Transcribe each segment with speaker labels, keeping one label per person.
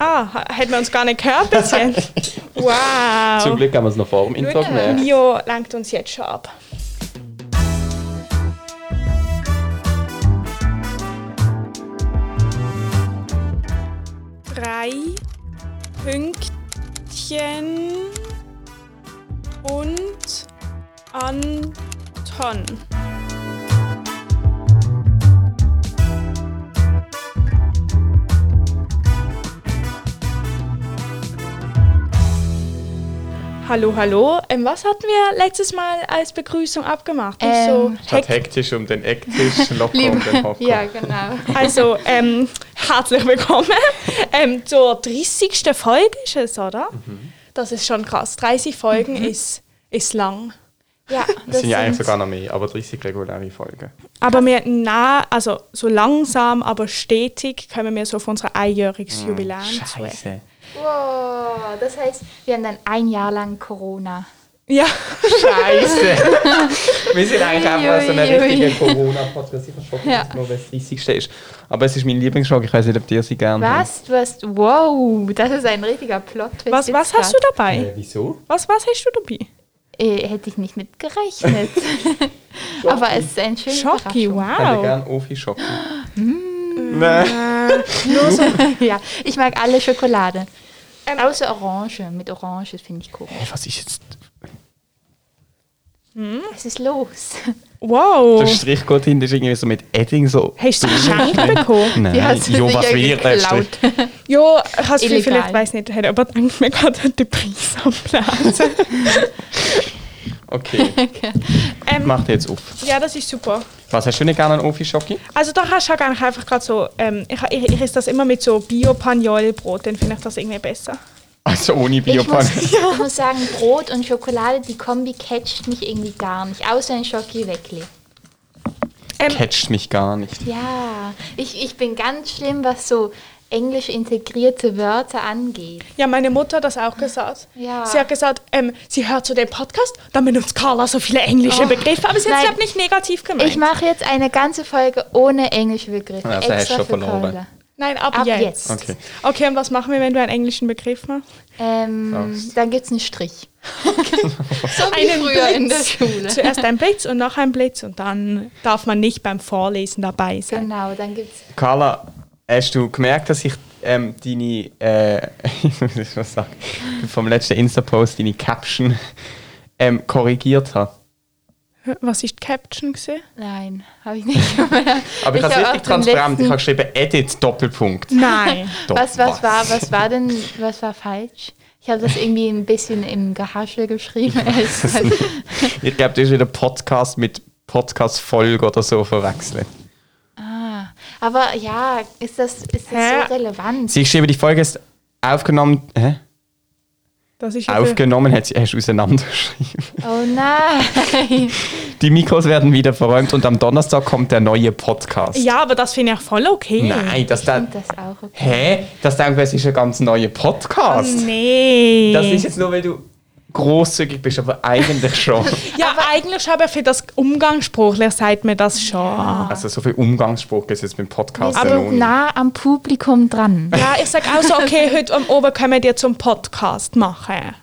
Speaker 1: Ah, hätten wir uns gar nicht gehört bis jetzt. Wow.
Speaker 2: Zum Glück haben wir es noch vor dem Intro
Speaker 1: Schau,
Speaker 2: gemerkt.
Speaker 1: Mio langt uns jetzt schon ab. Drei Pünktchen und Anton. Hallo, hallo. Ähm, was hatten wir letztes Mal als Begrüßung abgemacht? Nicht
Speaker 3: Ähm,
Speaker 1: so
Speaker 4: Statt
Speaker 1: hektisch.
Speaker 4: hektisch um den Ecktisch, locker um den Hocker.
Speaker 3: ja, genau.
Speaker 1: Also, ähm, herzlich willkommen ähm, zur 30. Folge ist es, oder? Das ist schon krass. 30 Folgen ist, ist lang.
Speaker 3: Ja,
Speaker 4: Das sind ja eigentlich sogar noch mehr, aber 30 reguläre Folgen.
Speaker 1: Aber wir nah, also so langsam, aber stetig kommen wir so auf unser
Speaker 4: Mm,
Speaker 1: einjähriges Jubiläum zu.
Speaker 3: Wow, das heißt, wir haben dann ein Jahr lang Corona.
Speaker 1: Ja,
Speaker 4: Scheiße! wir sind eigentlich einfach so eine
Speaker 3: Ui, ui, ui.
Speaker 4: richtige Corona-Podcast. Ich hoffe,
Speaker 3: Ja.
Speaker 4: dass nur wenn es 30. ist. Aber es ist mein Lieblingsschlag, ich weiß nicht, ob dir sie gerne
Speaker 3: Was? Du hast. Wow, das ist ein richtiger Plot.
Speaker 1: was, was hast du dabei?
Speaker 4: Äh, wieso?
Speaker 1: Was, was hast du dabei?
Speaker 3: Äh, hätte ich nicht mit gerechnet. Aber es ist ein schöner
Speaker 1: Schocki,
Speaker 4: Ich hätte
Speaker 1: wow.
Speaker 4: gerne Ofi shoppen.
Speaker 3: Mm.
Speaker 4: Nein.
Speaker 3: Ja, ich mag alle Schokolade.
Speaker 4: Ähm.
Speaker 3: Außer Orange. Mit Orange finde ich komisch.
Speaker 4: Hey, was ist jetzt? Hm.
Speaker 3: Was ist los?
Speaker 4: Der
Speaker 1: Wow.
Speaker 4: Strichcode hinten ist irgendwie so mit Edding so.
Speaker 1: Hast du es geschenkt bekommen?
Speaker 4: Nein,
Speaker 3: Die hast du
Speaker 4: jo,
Speaker 3: sicher
Speaker 4: was wird der
Speaker 3: geklaut.
Speaker 4: Strich?
Speaker 1: Ja, ich habe
Speaker 3: Illegal.
Speaker 1: vielleicht, weiß nicht, hat jemand denkt mir gerade den Preis am Platz.
Speaker 4: Okay,
Speaker 1: Ähm,
Speaker 4: mach dir jetzt auf.
Speaker 1: ja, das ist super.
Speaker 4: Was hast du nicht gerne an Ofi Schocki?
Speaker 1: Also da hast du auch gar nicht einfach gerade so, ähm, ich, ich, ich esse das immer mit so Bio-Pagnol-Brot, dann finde ich das irgendwie besser.
Speaker 4: Also ohne
Speaker 3: Ich
Speaker 4: Biopan.
Speaker 3: muss, ich muss sagen, Brot und Schokolade, die Kombi catcht mich irgendwie gar nicht. Außer ein Schoki weglegt.
Speaker 1: Ähm,
Speaker 4: Catcht mich gar nicht.
Speaker 3: Ja, ich, ich bin ganz schlimm, was so englisch integrierte Wörter angeht.
Speaker 1: ja, meine Mutter hat das auch gesagt.
Speaker 3: Ja.
Speaker 1: Sie hat gesagt, ähm, sie hört zu dem Podcast, dann benutzt Carla so viele englische Begriffe, aber sie hat
Speaker 3: Oh. Nein.
Speaker 1: es nicht negativ gemeint.
Speaker 3: Ich mache jetzt eine ganze Folge ohne englische Begriffe.
Speaker 4: Ja, das
Speaker 3: extra
Speaker 4: hast du schon
Speaker 3: für
Speaker 4: verloren.
Speaker 3: Paula.
Speaker 1: Nein, ab,
Speaker 3: Ab
Speaker 1: jetzt.
Speaker 3: jetzt.
Speaker 4: Okay.
Speaker 1: Okay, und was machen wir, wenn du einen englischen Begriff machst?
Speaker 3: Ähm,
Speaker 4: Angst.
Speaker 3: dann gibt es einen Strich. so wie
Speaker 1: Einen
Speaker 3: früher in der
Speaker 1: Blitz.
Speaker 3: Schule.
Speaker 1: Zuerst ein Blitz und noch ein Blitz und dann darf man nicht beim Vorlesen dabei sein.
Speaker 3: Genau, dann gibt es
Speaker 4: Carla, hast du gemerkt, dass ich ähm, deine, äh, ich muss es schon sagen, vom letzten Insta-Post deine Caption ähm, korrigiert habe?
Speaker 3: Genau.
Speaker 1: Was ist die Caption gesehen?
Speaker 3: Nein, habe ich nicht gemerkt.
Speaker 4: Aber ich,
Speaker 3: hab
Speaker 4: habe es
Speaker 3: auch
Speaker 4: richtig
Speaker 3: den
Speaker 4: transparent, ich
Speaker 3: letzten-
Speaker 4: habe geschrieben, edit Doppelpunkt.
Speaker 1: Nein.
Speaker 4: Doch,
Speaker 3: was, was, war, was war denn, was war falsch? Ich habe das irgendwie ein bisschen im Gehaschel geschrieben. ehrlich gesagt.
Speaker 4: Ich glaube, du hast wieder Podcast mit Podcast-Folge oder so verwechselt.
Speaker 3: ah, aber ja, ist das, ist
Speaker 1: Hä?
Speaker 3: das so relevant?
Speaker 4: Sie schreiben, die Folge ist aufgenommen, hä?
Speaker 1: Das ist ja
Speaker 3: Also
Speaker 1: für-
Speaker 4: aufgenommen, hat sie, hast du auseinandergeschrieben.
Speaker 3: Oh nein.
Speaker 4: Die Mikros werden wieder verräumt und am Donnerstag kommt der neue Podcast.
Speaker 1: Ja, aber das finde ich auch voll okay.
Speaker 4: Nein, das dann.
Speaker 3: Das auch okay.
Speaker 4: Hä? Das denkt man, es ist ein ganz neuer Podcast.
Speaker 1: Oh Nee.
Speaker 4: Das ist jetzt nur, weil du großzügig bist, aber eigentlich schon.
Speaker 1: ja, aber eigentlich habe ich für das Umgangssprachler sagt mir das schon. Ja,
Speaker 4: Also so viel Umgangsspruch ist jetzt mit dem Podcast
Speaker 3: Aber
Speaker 4: ja noch nicht.
Speaker 3: nah am Publikum dran.
Speaker 1: ich sage auch so, okay, heute am Abend können wir zum Podcast machen.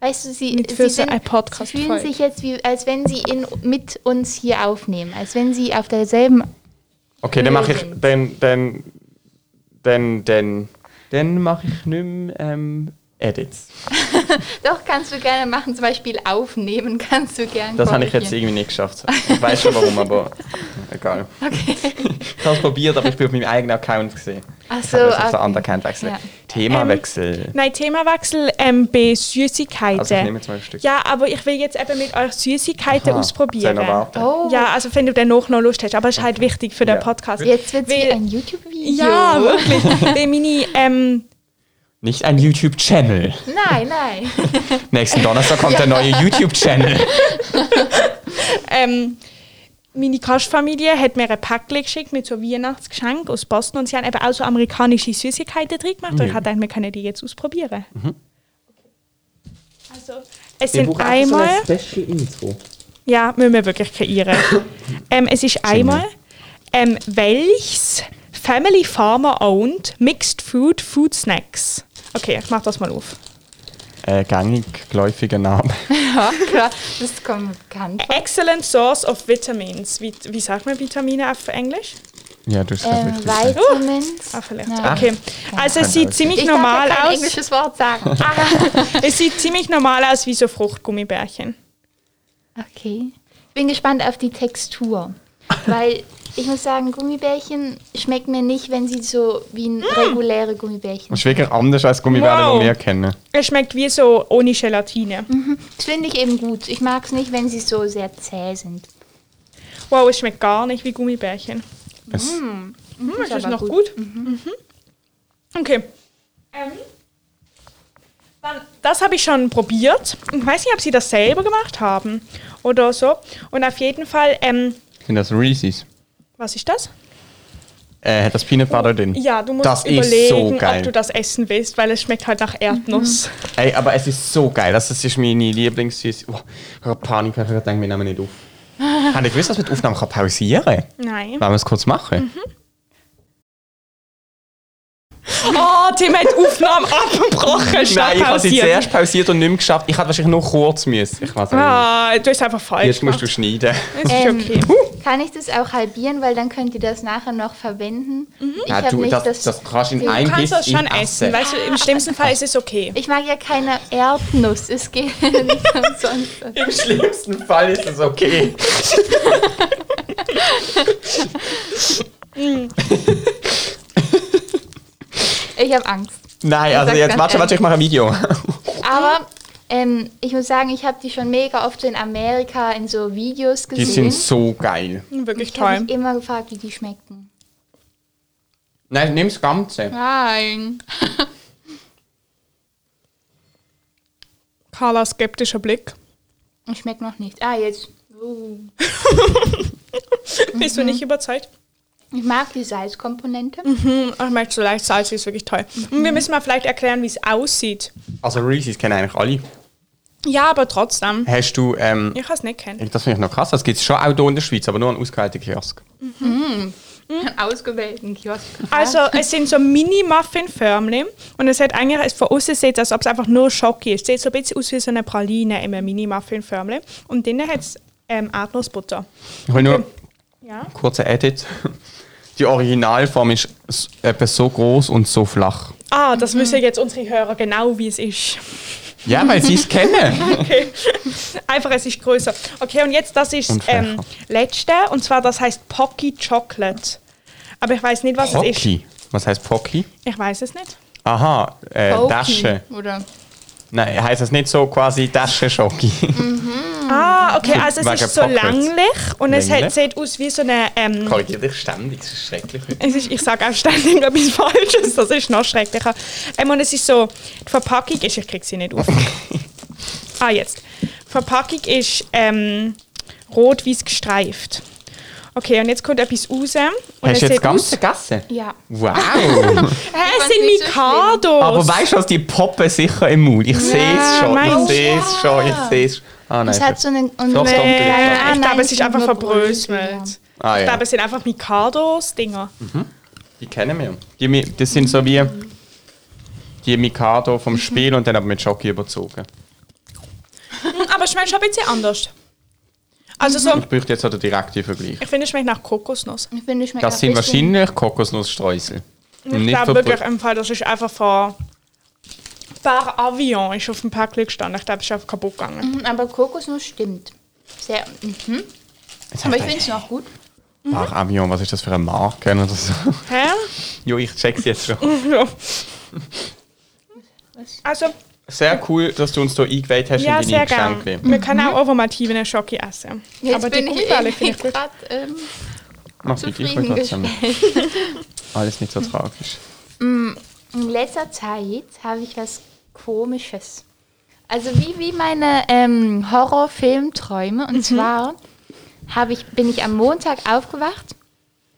Speaker 3: Weißt du, sie,
Speaker 1: Nicht
Speaker 3: sie,
Speaker 1: für so
Speaker 3: sind,
Speaker 1: ein Podcast
Speaker 3: sie
Speaker 1: voll.
Speaker 3: fühlen sich jetzt, wie, als wenn sie in, mit uns hier aufnehmen. Als wenn sie auf derselben...
Speaker 4: Okay, dann mache ich,
Speaker 3: Blödsinn.
Speaker 4: dann, dann, dann, dann, dann mache ich nicht mehr, ähm, Edits.
Speaker 3: Doch, kannst du gerne machen. Zum Beispiel aufnehmen kannst du gerne.
Speaker 4: Das habe ich jetzt irgendwie nicht geschafft. Ich weiß schon warum, aber egal. Okay. Ich habe es probiert, aber ich bin auf meinem eigenen Account gesehen. Also,
Speaker 3: Ach
Speaker 4: Ich
Speaker 3: so,
Speaker 4: habe jetzt auf den
Speaker 3: okay.
Speaker 4: anderen Account wechseln.
Speaker 3: Ja.
Speaker 4: Themawechsel.
Speaker 1: Nein, Themawechsel ähm, bei Süßigkeiten.
Speaker 4: Also ich nehme jetzt mal ein Stück.
Speaker 1: ja, aber ich will jetzt eben mit euch Süßigkeiten
Speaker 4: Aha,
Speaker 1: ausprobieren.
Speaker 4: soll ich noch Ah, warten?
Speaker 3: Oh,
Speaker 1: Ja, also wenn du danach noch Lust hast, aber es ist halt wichtig für den
Speaker 4: Ja.
Speaker 1: Podcast.
Speaker 3: jetzt wird
Speaker 1: Weil-
Speaker 3: sie ein YouTube-Video.
Speaker 1: Ja, wirklich. Weil meine, ähm,
Speaker 4: Nicht ein YouTube-Channel.
Speaker 3: Nein, nein.
Speaker 4: Nächsten Donnerstag kommt der neue YouTube-Channel.
Speaker 1: ähm, meine Gastfamilie hat mir ein Päckchen geschickt mit so Weihnachtsgeschenk aus Boston und sie haben eben auch so amerikanische Süßigkeiten drin gemacht. Und ich habe gedacht, wir können die jetzt ausprobieren. Also, es sind einmal.
Speaker 4: Special Intro.
Speaker 1: ja, müssen wir wirklich kreieren. ähm, es ist einmal ähm, welches Family Farmer Owned Mixed Food Food Snacks. Okay, ich mach das mal auf.
Speaker 4: Äh, gängig, geläufiger Name.
Speaker 3: Ja, klar. Das kommt bekannt.
Speaker 1: Excellent source of vitamins. Wie, wie sagt man Vitamine auf Englisch?
Speaker 4: Ja, du hast
Speaker 3: Äh,
Speaker 4: ähm, richtig.
Speaker 3: Vitamins.
Speaker 1: Ah, vielleicht.
Speaker 3: Nein.
Speaker 1: Okay.
Speaker 4: Ah,
Speaker 1: Also es sieht ziemlich
Speaker 3: Ich
Speaker 1: normal
Speaker 3: darf ja kein
Speaker 1: aus.
Speaker 3: englisches Wort sagen. Ah.
Speaker 1: Es sieht ziemlich normal aus wie so Fruchtgummibärchen.
Speaker 3: Okay. Ich bin gespannt auf die Textur. Weil ich muss sagen, Gummibärchen schmeckt mir nicht, wenn sie so wie ein reguläre Gummibärchen
Speaker 4: Das ist wirklich anders als Gummibärchen,
Speaker 1: Wow.
Speaker 4: die wir kennen.
Speaker 1: Es schmeckt wie so ohne Gelatine.
Speaker 3: Das finde ich eben gut. Ich mag es nicht, wenn sie so sehr zäh sind.
Speaker 1: Wow, es schmeckt gar nicht wie Gummibärchen.
Speaker 4: Es,
Speaker 1: Hm, es ist
Speaker 3: Mhm, aber
Speaker 1: noch
Speaker 3: gut.
Speaker 1: gut. Mhm. Okay. Ähm, dann, das habe ich schon probiert. Ich weiß nicht, ob Sie das selber gemacht haben oder so. Und auf jeden Fall, ähm,
Speaker 4: sind das Reese's?
Speaker 1: was ist das?
Speaker 4: Äh, hat das Peanut Butter drin?
Speaker 1: Ja, du musst
Speaker 4: das ist so
Speaker 1: überlegen,
Speaker 4: geil.
Speaker 1: ob du das essen willst, weil es schmeckt halt nach Erdnuss.
Speaker 3: Mhm.
Speaker 4: Ey, aber es ist so geil. Das ist meine Lieblingssüße. Oh, ich habe Panik, ich denke, wir nehmen nicht auf. Habt ihr gewusst, dass man die Aufnahme kann pausieren kann?
Speaker 1: Nein.
Speaker 4: Wollen wir es kurz machen?
Speaker 1: Mhm. Oh, Tim hat die Aufnahme abgebrochen. statt
Speaker 4: Nein, ich habe sie
Speaker 1: pausiert.
Speaker 4: zuerst pausiert und nicht mehr geschafft. Ich hätte wahrscheinlich nur kurz müssen. Ich weiß auch nicht.
Speaker 1: Ah, du hast einfach falsch
Speaker 4: Jetzt musst du
Speaker 1: gemacht.
Speaker 4: schneiden.
Speaker 1: Das ist
Speaker 3: Ähm,
Speaker 1: okay.
Speaker 3: Kann ich das auch halbieren, weil dann könnt ihr das nachher noch verwenden. Ich
Speaker 4: Ja,
Speaker 3: hab
Speaker 4: du,
Speaker 3: nicht
Speaker 4: das, das, kannst du in
Speaker 3: Du
Speaker 4: einem
Speaker 1: Du kannst das
Speaker 4: Biss
Speaker 1: schon
Speaker 4: in
Speaker 1: essen. Weißt du, im schlimmsten Fall ist es okay.
Speaker 3: ich mag ja keine Erdnuss. Es geht nicht umsonst.
Speaker 4: Im schlimmsten Fall ist es okay.
Speaker 3: Ich habe Angst.
Speaker 4: Nein, also
Speaker 3: sag
Speaker 4: jetzt
Speaker 3: ganz
Speaker 4: warte, warte, ich mache ein Video.
Speaker 3: Aber ähm, ich muss sagen, ich habe die schon mega oft in Amerika in so Videos
Speaker 4: Die
Speaker 3: gesehen.
Speaker 4: sind so geil.
Speaker 1: Wirklich
Speaker 3: ich habe
Speaker 1: toll.
Speaker 3: mich immer gefragt, wie die schmecken.
Speaker 4: Nein, nimm das Ganze.
Speaker 3: Nein.
Speaker 1: Carla, skeptischer Blick.
Speaker 3: Schmeckt noch nicht. Ah, jetzt. Uh.
Speaker 1: Bist du nicht überzeugt?
Speaker 3: Ich mag die Salzkomponente.
Speaker 1: Hm, ich merke so leicht salzig, ist wirklich toll. Und wir müssen mal vielleicht erklären, wie es aussieht.
Speaker 4: Also Reese's kennen eigentlich alle.
Speaker 1: Ja, aber trotzdem.
Speaker 4: Hast du, ähm,
Speaker 1: Ich kann es nicht kennen.
Speaker 4: das finde ich noch krass, das gibt es schon auch hier in der Schweiz, aber nur an ausgewählten Kiosk.
Speaker 3: Einen ausgewählten Kiosk.
Speaker 1: Also, es sind so Mini-Muffin-Förmchen und es hat eigentlich, es von außen sieht, als ob es einfach nur Schoki ist. Sieht so ein bisschen aus wie so eine Praline in einem Mini-Muffin-Förmchen. Und drinnen hat es ähm, Erdnussbutter.
Speaker 4: Ich will nur
Speaker 1: Ja.
Speaker 4: kurzer Edit. Die Originalform ist s- etwa so groß und so flach.
Speaker 1: Ah, das wissen jetzt unsere Hörer genau, wie es ist.
Speaker 4: Ja, weil sie es kennen.
Speaker 1: Einfach, es ist größer. Okay, und jetzt das ist
Speaker 4: Und flacher.
Speaker 1: ähm, letzte, und zwar das heißt Pocky Chocolate. Aber ich weiß nicht, was es ist.
Speaker 4: Pocky. Was heißt Pocky?
Speaker 1: Ich weiß es nicht.
Speaker 4: Aha, äh,
Speaker 3: Poki,
Speaker 4: Dasche.
Speaker 3: Oder?
Speaker 4: Nein, heißt das nicht so quasi Dasche-Schoki?
Speaker 1: Ah, okay, also es
Speaker 4: Hm. Wegen
Speaker 1: ist so
Speaker 4: Pockets.
Speaker 1: länglich und es
Speaker 4: Länglich.
Speaker 1: hat, sieht aus wie so eine. Ähm,
Speaker 4: Korrigiere dich ständig, das ist schrecklich.
Speaker 1: es ist, ich sage auch ständig etwas Falsches, das ist noch schrecklicher. Ähm, und es ist so, die Verpackung ist, ich krieg sie nicht auf. ah, jetzt. Die Verpackung ist ähm, rot-weiß gestreift. Okay, und jetzt kommt etwas raus. Und
Speaker 4: Hast du jetzt
Speaker 1: sieht Ah,
Speaker 4: ganz
Speaker 1: aus-
Speaker 4: vergessen?
Speaker 3: Ja.
Speaker 4: Wow!
Speaker 1: Hä, es
Speaker 3: fand's
Speaker 1: sind
Speaker 3: nicht so schlimm.
Speaker 1: Mikados!
Speaker 4: Aber weißt du was, die poppen sicher im Mund. Ich sehe es schon, ich
Speaker 1: meinst du?
Speaker 4: sehe es schon, ich sehe es. Ah, nein.
Speaker 3: Es hat so einen. Und
Speaker 4: Doch, doch.
Speaker 1: Äh,
Speaker 3: Ah,
Speaker 1: ich
Speaker 3: nein,
Speaker 1: glaube, es
Speaker 3: sie
Speaker 1: ist einfach
Speaker 3: sind nur
Speaker 1: verbröselt.
Speaker 4: Ah,
Speaker 1: Ich
Speaker 4: ja.
Speaker 1: glaube, es sind einfach Mikados-Dinger.
Speaker 3: Hm.
Speaker 4: Die kennen wir. Die, Mi- das sind so wie die Mikado
Speaker 1: Mhm.
Speaker 4: vom Spiel und dann aber mit Schoki überzogen.
Speaker 1: Hm, Aber es schmeckt schon ein bisschen anders. Also so,
Speaker 3: Mhm.
Speaker 4: Ich bräuchte jetzt auch den direkten Vergleich.
Speaker 1: ich finde, es schmeckt nach Kokosnuss.
Speaker 3: Ich finde, es schmeckt
Speaker 4: Das
Speaker 3: ein
Speaker 4: sind
Speaker 3: bisschen-
Speaker 4: wahrscheinlich Kokosnussstreusel. Und
Speaker 1: Ich
Speaker 4: nicht
Speaker 1: glaube
Speaker 4: verbrüht.
Speaker 1: wirklich, im Fall, das ist einfach von... Par Avion ist auf dem Päckchen gestanden. Ich glaube, es ist einfach kaputt gegangen.
Speaker 3: Mhm, Aber Kokosnuss stimmt. Sehr. Mhm.
Speaker 4: Jetzt
Speaker 3: Aber ich
Speaker 4: hab
Speaker 3: finde es noch gut.
Speaker 1: Mhm.
Speaker 4: Ach, Avion, was ist das für eine Marke oder so?
Speaker 3: Mhm.
Speaker 1: Hä?
Speaker 4: jo, ich check's jetzt schon.
Speaker 1: Ja. Also,
Speaker 4: Sehr cool, dass du uns hier eingeweiht hast
Speaker 1: ja,
Speaker 4: in deine
Speaker 1: sehr gerne.
Speaker 4: Geschenke.
Speaker 3: Mhm.
Speaker 1: Wir können auch Overmaltiven einen Schoki essen. Aber die
Speaker 3: eh-
Speaker 1: Gummibärle finde ich gut.
Speaker 3: grad, ähm,
Speaker 4: Mach mit dir, ich will gerade zusammen.
Speaker 3: zufriedengestellt.
Speaker 4: Alles nicht so tragisch.
Speaker 3: In letzter Zeit habe ich was Komisches. Also wie, wie meine ähm, Horrorfilmträume. Und zwar habe ich, bin ich am Montag aufgewacht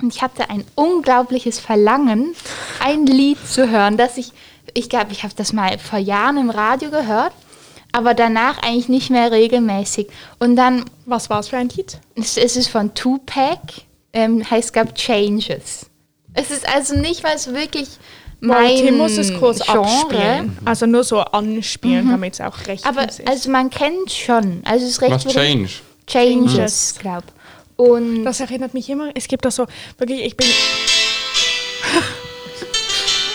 Speaker 3: und ich hatte ein unglaubliches Verlangen, ein Lied zu hören, das ich, ich glaube, ich habe das mal vor Jahren im Radio gehört, aber danach eigentlich nicht mehr regelmäßig. Und dann
Speaker 1: Was war es für ein Lied?
Speaker 3: es ist es von Tupac, ähm, heißt, glaube Changes. Es ist also nicht mal so wirklich
Speaker 1: Mein
Speaker 3: mein
Speaker 1: Tim muss es kurz
Speaker 3: Genre, Mhm.
Speaker 1: abspielen. Also nur so anspielen, damit es auch recht
Speaker 3: Aber
Speaker 1: ist.
Speaker 3: also man kennt schon. Also es ist recht
Speaker 4: Was
Speaker 3: wirklich-
Speaker 4: Change?
Speaker 1: Changes.
Speaker 3: Changes, glaub. Und
Speaker 1: das erinnert mich immer, es gibt da so, wirklich, ich bin,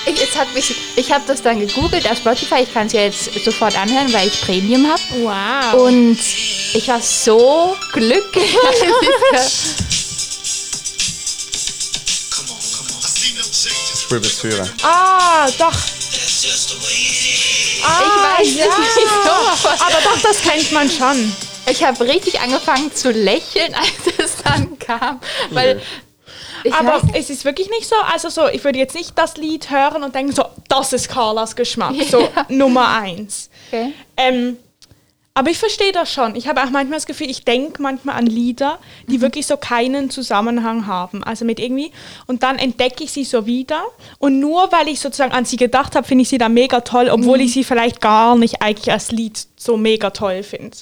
Speaker 3: ich, es hat mich, ich habe das dann gegoogelt auf Spotify. Ich kann es ja jetzt sofort anhören, weil ich Premium habe.
Speaker 1: wow.
Speaker 3: Und ich war so glücklich. als ich
Speaker 4: Ich will das hören.
Speaker 1: ah, doch.
Speaker 3: das-
Speaker 1: Ah,
Speaker 3: ich weiß
Speaker 1: ja.
Speaker 3: nicht, wieso.
Speaker 1: Ah. Aber doch, das kennt man schon.
Speaker 3: Ich habe richtig angefangen zu lächeln, als es dann kam. Weil ich
Speaker 1: Aber
Speaker 3: weiß nicht,
Speaker 1: es ist wirklich nicht so, also so, ich würde jetzt nicht das Lied hören und denken so, das ist Carlas Geschmack, so
Speaker 3: Ja.
Speaker 1: Nummer eins.
Speaker 3: okay.
Speaker 1: Ähm, aber ich verstehe das schon. Ich habe auch manchmal das Gefühl, ich denke manchmal an Lieder, die wirklich so keinen Zusammenhang haben. Also mit irgendwie. Und dann entdecke ich sie so wieder. Und nur weil ich sozusagen an sie gedacht habe, finde ich sie dann mega toll, obwohl ich sie vielleicht gar nicht eigentlich als Lied so mega toll finde.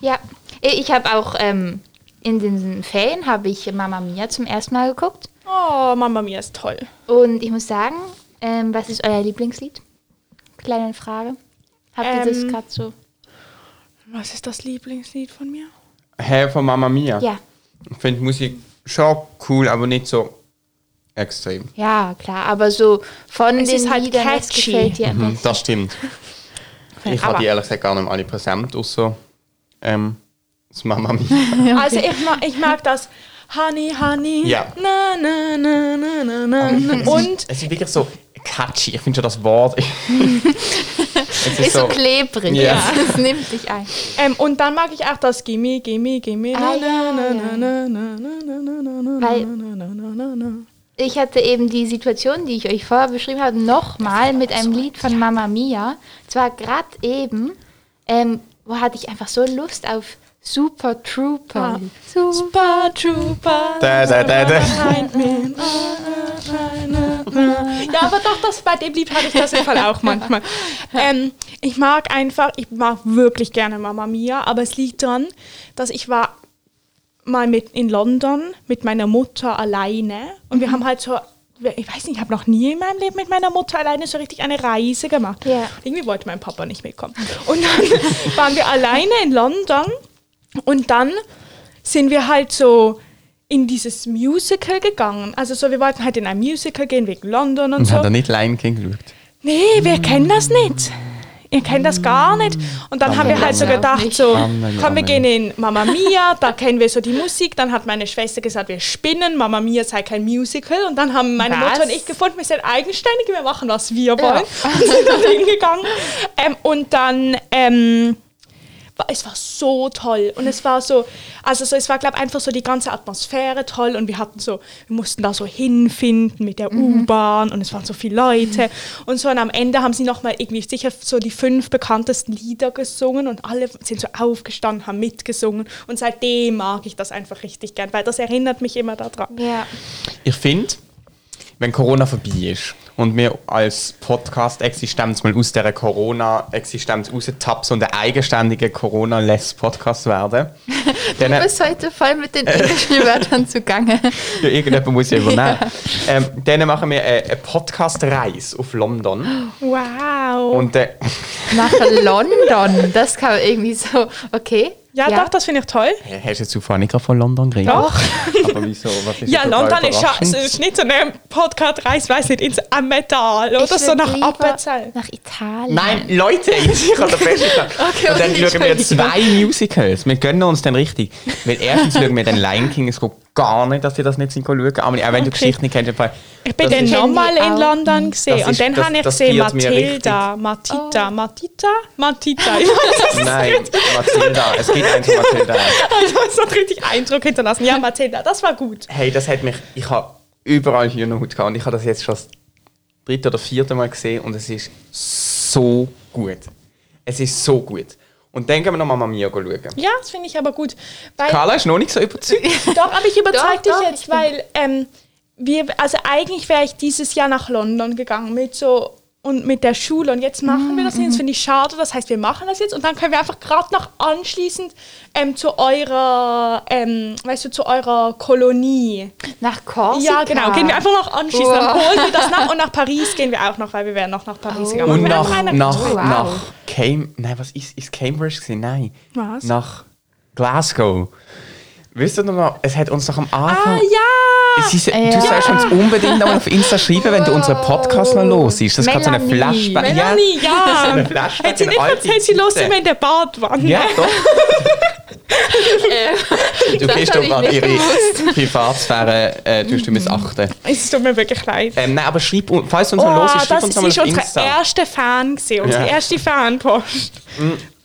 Speaker 3: Ja, ich habe auch ähm, in den Ferien habe ich Mama Mia zum ersten Mal geguckt.
Speaker 1: Oh, Mama Mia ist toll.
Speaker 3: Und ich muss sagen, ähm, was ist euer Lieblingslied? Kleine Frage. Habt ihr das
Speaker 1: Ähm.
Speaker 3: gerade so?
Speaker 1: Was ist das Lieblingslied von mir?
Speaker 4: Hey, von Mama Mia.
Speaker 3: Ja.
Speaker 4: Ich finde Musik schon cool, aber nicht so extrem.
Speaker 3: Ja, klar, aber so von
Speaker 1: Es
Speaker 3: den
Speaker 1: ist halt
Speaker 3: Liedern, was
Speaker 1: catchy. Mhm.
Speaker 3: gefällt dir am
Speaker 4: Hm,
Speaker 3: besten?
Speaker 4: Das stimmt. Ich habe
Speaker 1: Aber-
Speaker 4: die ehrlich gesagt gar nicht mehr alle präsent, außer ähm, das Mama Mia.
Speaker 1: Also ich, ma ich mag das Honey, Honey.
Speaker 4: Ja.
Speaker 1: Na, na, na, na, na, na. Und
Speaker 4: Es ist wirklich so catchy. Ich finde schon das Wort. es ist,
Speaker 3: Ist so klebrig.
Speaker 4: Ja.
Speaker 3: Das nimmt dich ein.
Speaker 1: Ähm, und dann mag ich auch das Gimme, Gimme, Gimme.
Speaker 3: Ah, ja, ja. Weil- Ich hatte eben die Situation, die ich euch vorher beschrieben habe, nochmal mit einem Lied von Mama Mia. Zwar gerade eben, ähm, wo hatte ich einfach so Lust auf Super Trooper.
Speaker 1: Super Trooper.
Speaker 4: Da, da, da, da.
Speaker 1: behind me. Ja, aber doch, das, bei dem Lied hatte ich das im Fall auch manchmal. Ähm, ich mag einfach, ich mag wirklich gerne Mama Mia, aber es liegt daran, dass ich war mal mit in London mit meiner Mutter alleine und wir haben halt so, ich weiß nicht, ich habe noch nie in meinem Leben mit meiner Mutter alleine so richtig eine Reise gemacht.
Speaker 3: Ja.
Speaker 1: Irgendwie wollte mein Papa nicht mitkommen. Und dann waren wir alleine in London und dann sind wir halt so in dieses Musical gegangen. Also so, wir wollten halt in ein Musical gehen wegen London und
Speaker 4: Und
Speaker 1: so.
Speaker 4: hat er nicht Lion King geschaut?
Speaker 1: Nee, wir kennen das nicht. Ihr kennt das gar nicht. Und dann haben wir halt so
Speaker 3: Mia.
Speaker 1: gedacht, so,
Speaker 4: Mamma Mia.
Speaker 1: komm, wir gehen in Mamma Mia, da kennen wir so die Musik. Dann hat meine Schwester gesagt, wir spinnen, Mamma Mia sei kein Musical. Und dann haben meine
Speaker 3: Was?
Speaker 1: Mutter und ich gefunden, wir sind eigenständig, wir machen, was wir wollen. Und sind dann hingegangen. Ähm, und dann... Ähm, war- es war so toll und es war so, also so, es war glaube einfach so die ganze Atmosphäre toll und wir hatten so, wir mussten da so hinfinden mit der U-Bahn und es waren so viele Leute und so und am Ende haben sie nochmal irgendwie sicher so die fünf bekanntesten Lieder gesungen und alle sind so aufgestanden, haben mitgesungen und seitdem mag ich das einfach richtig gern, weil das erinnert mich immer daran.
Speaker 3: Ja.
Speaker 4: Ich finde, wenn Corona vorbei ist und wir als Podcast-Existenz mal aus dieser Corona-Existenz raustapsen und ein eigenständiger Corona-Less-Podcast werden, dann
Speaker 3: Du bist heute voll mit den englischen Wörtern zugange.
Speaker 4: ja, irgendjemand muss ja übernehmen. Ähm, dann machen wir äh, eine Podcast-Reise auf London
Speaker 1: Wow.
Speaker 4: und äh,
Speaker 3: Nach London. Das kam irgendwie so, okay.
Speaker 1: ja, doch, das finde ich toll.
Speaker 4: Hey, Hast du zuvor nicht gerade von London geredet?
Speaker 1: Doch.
Speaker 4: Aber wieso? Was ist
Speaker 1: Ja,
Speaker 4: total
Speaker 1: London ist ja es
Speaker 4: überraschend?
Speaker 1: ist nicht so eine Podcast-Reise, weiß nicht, ins Ammetal
Speaker 3: Ich
Speaker 1: oder so
Speaker 3: würd
Speaker 1: nach
Speaker 3: lieber
Speaker 1: Appenzell.
Speaker 3: Nach Italien.
Speaker 4: Nein, Leute, ich habe den besten Tag.
Speaker 3: Okay,
Speaker 4: Und dann
Speaker 3: okay,
Speaker 4: schauen wir zwei Musicals. Wir gönnen uns dann richtig. Weil erstens schauen wir den Lion King. Es geht gar nicht, dass die das nicht sind schauen. Aber auch wenn du Geschichten nicht kennst, im Fall.
Speaker 1: Ich bin
Speaker 4: das
Speaker 1: dann
Speaker 4: ist-
Speaker 3: noch-
Speaker 1: nochmal
Speaker 3: Handy
Speaker 1: in
Speaker 3: auch
Speaker 1: London gesehen
Speaker 4: Das
Speaker 1: und
Speaker 4: ist-
Speaker 1: dann
Speaker 4: das-
Speaker 1: habe ich
Speaker 4: das
Speaker 1: gesehen
Speaker 4: führt mir
Speaker 1: Matilda, Matita,
Speaker 3: Oh.
Speaker 1: Matita, Matita. Ich
Speaker 4: Nein, Matilda. Es geht eins um Matilda.
Speaker 1: habe so einen richtig Eindruck hinterlassen. Ja, Matilda, das war gut.
Speaker 4: Hey, das hat mich. Ich habe überall Hühnerhaut gehabt. Und ich habe das jetzt schon das dritte oder vierte Mal gesehen. Und es ist so gut. Es ist so gut. Und dann gehen wir noch Mama Mia schauen.
Speaker 1: Ja, das finde ich aber gut. Weil,
Speaker 4: Carla ist noch nicht so überzeugt.
Speaker 1: doch, aber ich überzeug
Speaker 3: Doch,
Speaker 1: dich
Speaker 3: doch, ich
Speaker 1: jetzt,
Speaker 3: bin-
Speaker 1: weil ähm, wir, also eigentlich wäre ich dieses Jahr nach London gegangen mit so und mit der Schule und jetzt machen wir das
Speaker 3: Mhm.
Speaker 1: nicht. Das finde ich schade. Das heißt, wir machen das jetzt und dann können wir einfach gerade noch anschließend ähm, zu eurer, ähm, weißt du, zu eurer Kolonie.
Speaker 3: Nach Korsika.
Speaker 1: Ja, genau. Gehen wir einfach noch anschließend. Dann
Speaker 3: Wow. Oh.
Speaker 1: holen wir das nach und nach Paris gehen wir auch noch, weil wir wären noch nach Paris gegangen.
Speaker 4: Und
Speaker 1: Wir wären
Speaker 4: nach,
Speaker 1: rein-
Speaker 4: nach,
Speaker 3: Wow.
Speaker 4: nach Cam Nein, was ist, ist Cambridge gewesen? Nein.
Speaker 1: Was?
Speaker 4: Nach Glasgow. Wisst ihr noch, mal, es hat uns doch am
Speaker 1: Ah,
Speaker 4: Anfang...
Speaker 1: ja!
Speaker 4: Sie, se-
Speaker 3: Ja.
Speaker 4: Du sollst uns unbedingt nochmal auf Insta schreiben, wenn du unseren Podcast noch los ist. Das kann so eine
Speaker 3: Melanie.
Speaker 4: Flashback. Ja,
Speaker 1: Melanie, ja!
Speaker 4: eine Flashback
Speaker 1: Hat sie
Speaker 4: in
Speaker 1: nicht
Speaker 4: alte
Speaker 1: erzählt, sie los
Speaker 4: Zeiten.
Speaker 1: immer in der Badwanne?
Speaker 4: ja doch. du
Speaker 3: das
Speaker 4: gehst
Speaker 3: hab
Speaker 4: doch
Speaker 3: ich
Speaker 4: gerade
Speaker 3: nicht
Speaker 4: ihre Privatsphäre, äh, tust du missachten.
Speaker 1: Es tut mir wirklich leid.
Speaker 4: Ähm, nein, aber schreib, un- falls du uns noch
Speaker 1: Oh,
Speaker 4: los ist, schreib
Speaker 1: das
Speaker 4: uns
Speaker 1: ist
Speaker 4: nochmal auf
Speaker 1: unsere
Speaker 4: Insta.
Speaker 1: erste Fan gewesen, unsere
Speaker 4: Ja.
Speaker 1: erste Fanpost.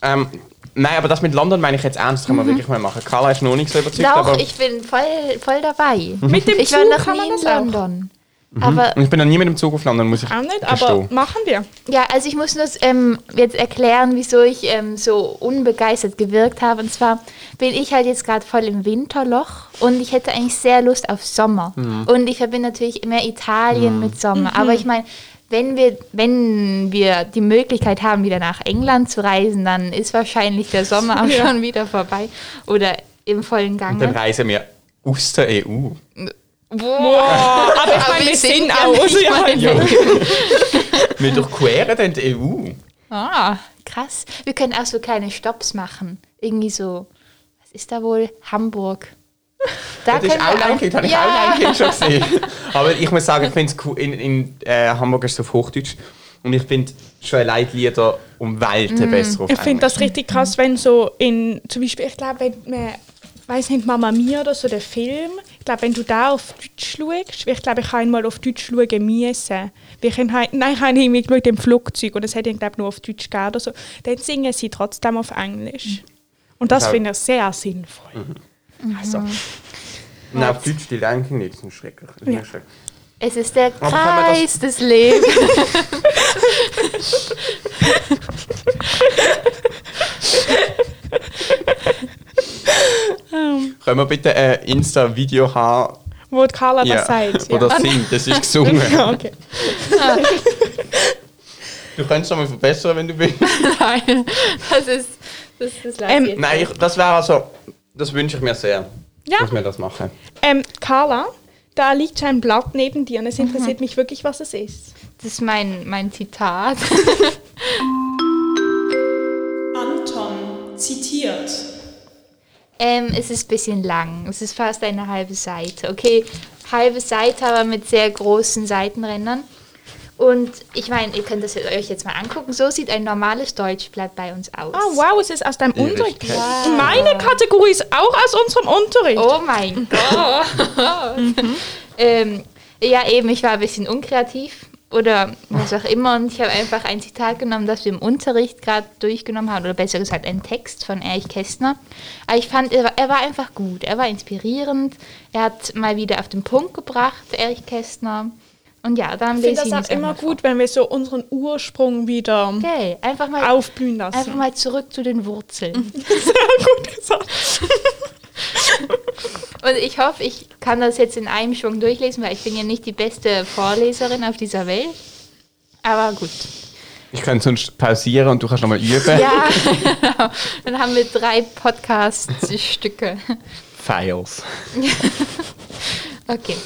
Speaker 4: Ähm, nein, aber das mit London meine ich jetzt ernst,
Speaker 1: Mhm.
Speaker 4: kann man wirklich mal machen. Carla ist noch nicht so überzeugt,
Speaker 3: Doch,
Speaker 4: aber
Speaker 3: ich bin voll, voll dabei.
Speaker 1: Mit dem
Speaker 3: ich
Speaker 1: Zug
Speaker 3: war noch
Speaker 1: kann
Speaker 3: nie
Speaker 1: man
Speaker 3: in
Speaker 1: das auch.
Speaker 3: London. Aber
Speaker 4: ich bin noch nie mit dem Zug auf London, muss ich
Speaker 1: Auch nicht, aber
Speaker 4: gestehen.
Speaker 1: machen wir.
Speaker 3: ja, also ich muss nur ähm, jetzt erklären, wieso ich ähm, so unbegeistert gewirkt habe. Und zwar bin ich halt jetzt gerade voll im Winterloch und ich hätte eigentlich sehr Lust auf Sommer. Und ich verbinde natürlich immer Italien mit Sommer. Aber ich meine, wenn wir, wenn wir die Möglichkeit haben, wieder nach England zu reisen, dann ist wahrscheinlich der Sommer auch
Speaker 1: Ja.
Speaker 3: schon wieder vorbei oder im vollen Gange.
Speaker 4: Dann reisen wir aus der E EU.
Speaker 1: Boah, aber ich
Speaker 3: Oh, Aber
Speaker 1: meine,
Speaker 3: wir
Speaker 1: wir
Speaker 3: sind
Speaker 1: sind
Speaker 3: ja
Speaker 1: auch.
Speaker 3: nicht
Speaker 1: Also, ja,
Speaker 3: mal
Speaker 1: ja.
Speaker 4: wir durchqueren dann die E EU.
Speaker 3: Ah, krass. Wir können auch so kleine Stops machen. Irgendwie so, was ist da wohl? Hamburg. Da
Speaker 4: Das ist auch ein Kind, habe ich auch ein Kind schon gesehen. Aber ich muss sagen, ich finde es cool, in, in äh, Hamburg ist es auf Hochdeutsch und ich finde schon allein die Lieder um Welten besser auf
Speaker 1: Mhm. Ich finde
Speaker 4: Englisch.
Speaker 1: das richtig krass, wenn so in, zum Beispiel, ich glaube, wenn man, weiß nicht, Mama Mia oder so der Film, ich glaube, wenn du da auf Deutsch schaust, weil ich glaube, ich habe einmal auf Deutsch schauen müssen. Weil ich ihn halt- nein, ich habe ihn irgendwie geschaut im Flugzeug und es hätte ihn, glaube nur auf Deutsch gegeben oder so. Dann singen sie trotzdem auf Englisch. Und das
Speaker 4: Das auch-
Speaker 1: finde ich sehr
Speaker 4: Hm.
Speaker 1: sinnvoll. Also,
Speaker 4: Nein, auf Deutsch die Lenken nicht, das ist schrecklich. Das ist
Speaker 1: Ja.
Speaker 4: schrecklich.
Speaker 3: Es ist der
Speaker 4: kann man das-
Speaker 3: Kreis des Lebens.
Speaker 4: Können wir bitte ein Insta-Video haben,
Speaker 1: wo die Carla
Speaker 4: ja,
Speaker 1: das sagt.
Speaker 4: wo
Speaker 1: ja.
Speaker 4: das singt? Das ist gesungen.
Speaker 1: ja, okay.
Speaker 4: Du könntest es mal verbessern, wenn du willst.
Speaker 3: Nein, das ist, das, das lasse
Speaker 1: Ähm,
Speaker 3: ich jetzt.
Speaker 4: Nein, ich, das wäre also, das wünsche ich mir sehr,
Speaker 1: Ja.
Speaker 4: dass wir das machen.
Speaker 1: Ähm, Carla, da liegt ein Blatt neben dir und es interessiert mich wirklich, was es ist.
Speaker 3: Das ist mein, mein Zitat.
Speaker 2: Anton zitiert.
Speaker 3: Ähm, es ist ein bisschen lang. Es ist fast eine halbe Seite. Okay, halbe Seite, aber mit sehr großen Seitenrändern. Und ich meine, ihr könnt das euch jetzt mal angucken. So sieht ein normales Deutschblatt bei uns aus.
Speaker 1: Ah, wow, es ist aus deinem
Speaker 4: Erich
Speaker 1: Unterricht.
Speaker 4: Kästner.
Speaker 1: Meine Kategorie ist auch aus unserem Unterricht.
Speaker 3: Oh mein Gott.
Speaker 1: Mhm.
Speaker 3: ähm, ja, eben, ich war ein bisschen unkreativ oder was auch immer und ich habe einfach ein Zitat genommen, das wir im Unterricht gerade durchgenommen haben oder besser gesagt einen Text von Erich Kästner. Aber ich fand, er war, er war einfach gut, er war inspirierend, er hat mal wieder auf den Punkt gebracht, Erich Kästner. Und ja, dann
Speaker 1: Ich
Speaker 3: lese
Speaker 1: finde
Speaker 3: ich
Speaker 1: das auch immer gut, wenn wir so unseren Ursprung wieder
Speaker 3: Okay, einfach mal,
Speaker 1: aufblühen lassen. Mhm.
Speaker 3: einfach mal zurück zu den Wurzeln.
Speaker 1: Sehr gut gesagt.
Speaker 3: Und ich hoffe, ich kann das jetzt in einem Schwung durchlesen, weil ich bin ja nicht die beste Vorleserin auf dieser Welt. Aber gut.
Speaker 4: Ich könnte sonst pausieren und du kannst nochmal üben.
Speaker 3: Ja, genau. Dann haben wir drei Podcast-Stücke.
Speaker 4: Files.
Speaker 3: Okay.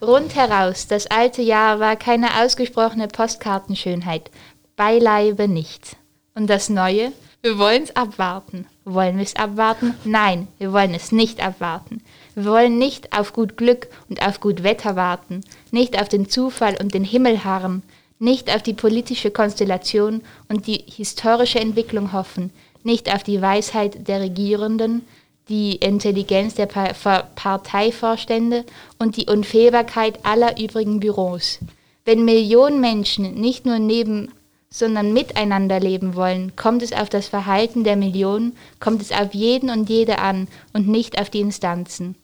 Speaker 3: Rundheraus, das alte Jahr war keine ausgesprochene Postkartenschönheit. Beileibe nicht. Und das neue? Wir wollen es abwarten. Wollen wir es abwarten? Nein, wir wollen es nicht abwarten. Wir wollen nicht auf gut Glück und auf gut Wetter warten, nicht auf den Zufall und den Himmel harren, nicht auf die politische Konstellation und die historische Entwicklung hoffen, nicht auf die Weisheit der Regierenden, die Intelligenz der Pa- Ver- Parteivorstände und die Unfehlbarkeit aller übrigen Büros. Wenn Millionen Menschen nicht nur neben, sondern miteinander leben wollen, kommt es auf das Verhalten der Millionen, kommt es auf jeden und jede an und nicht auf die Instanzen.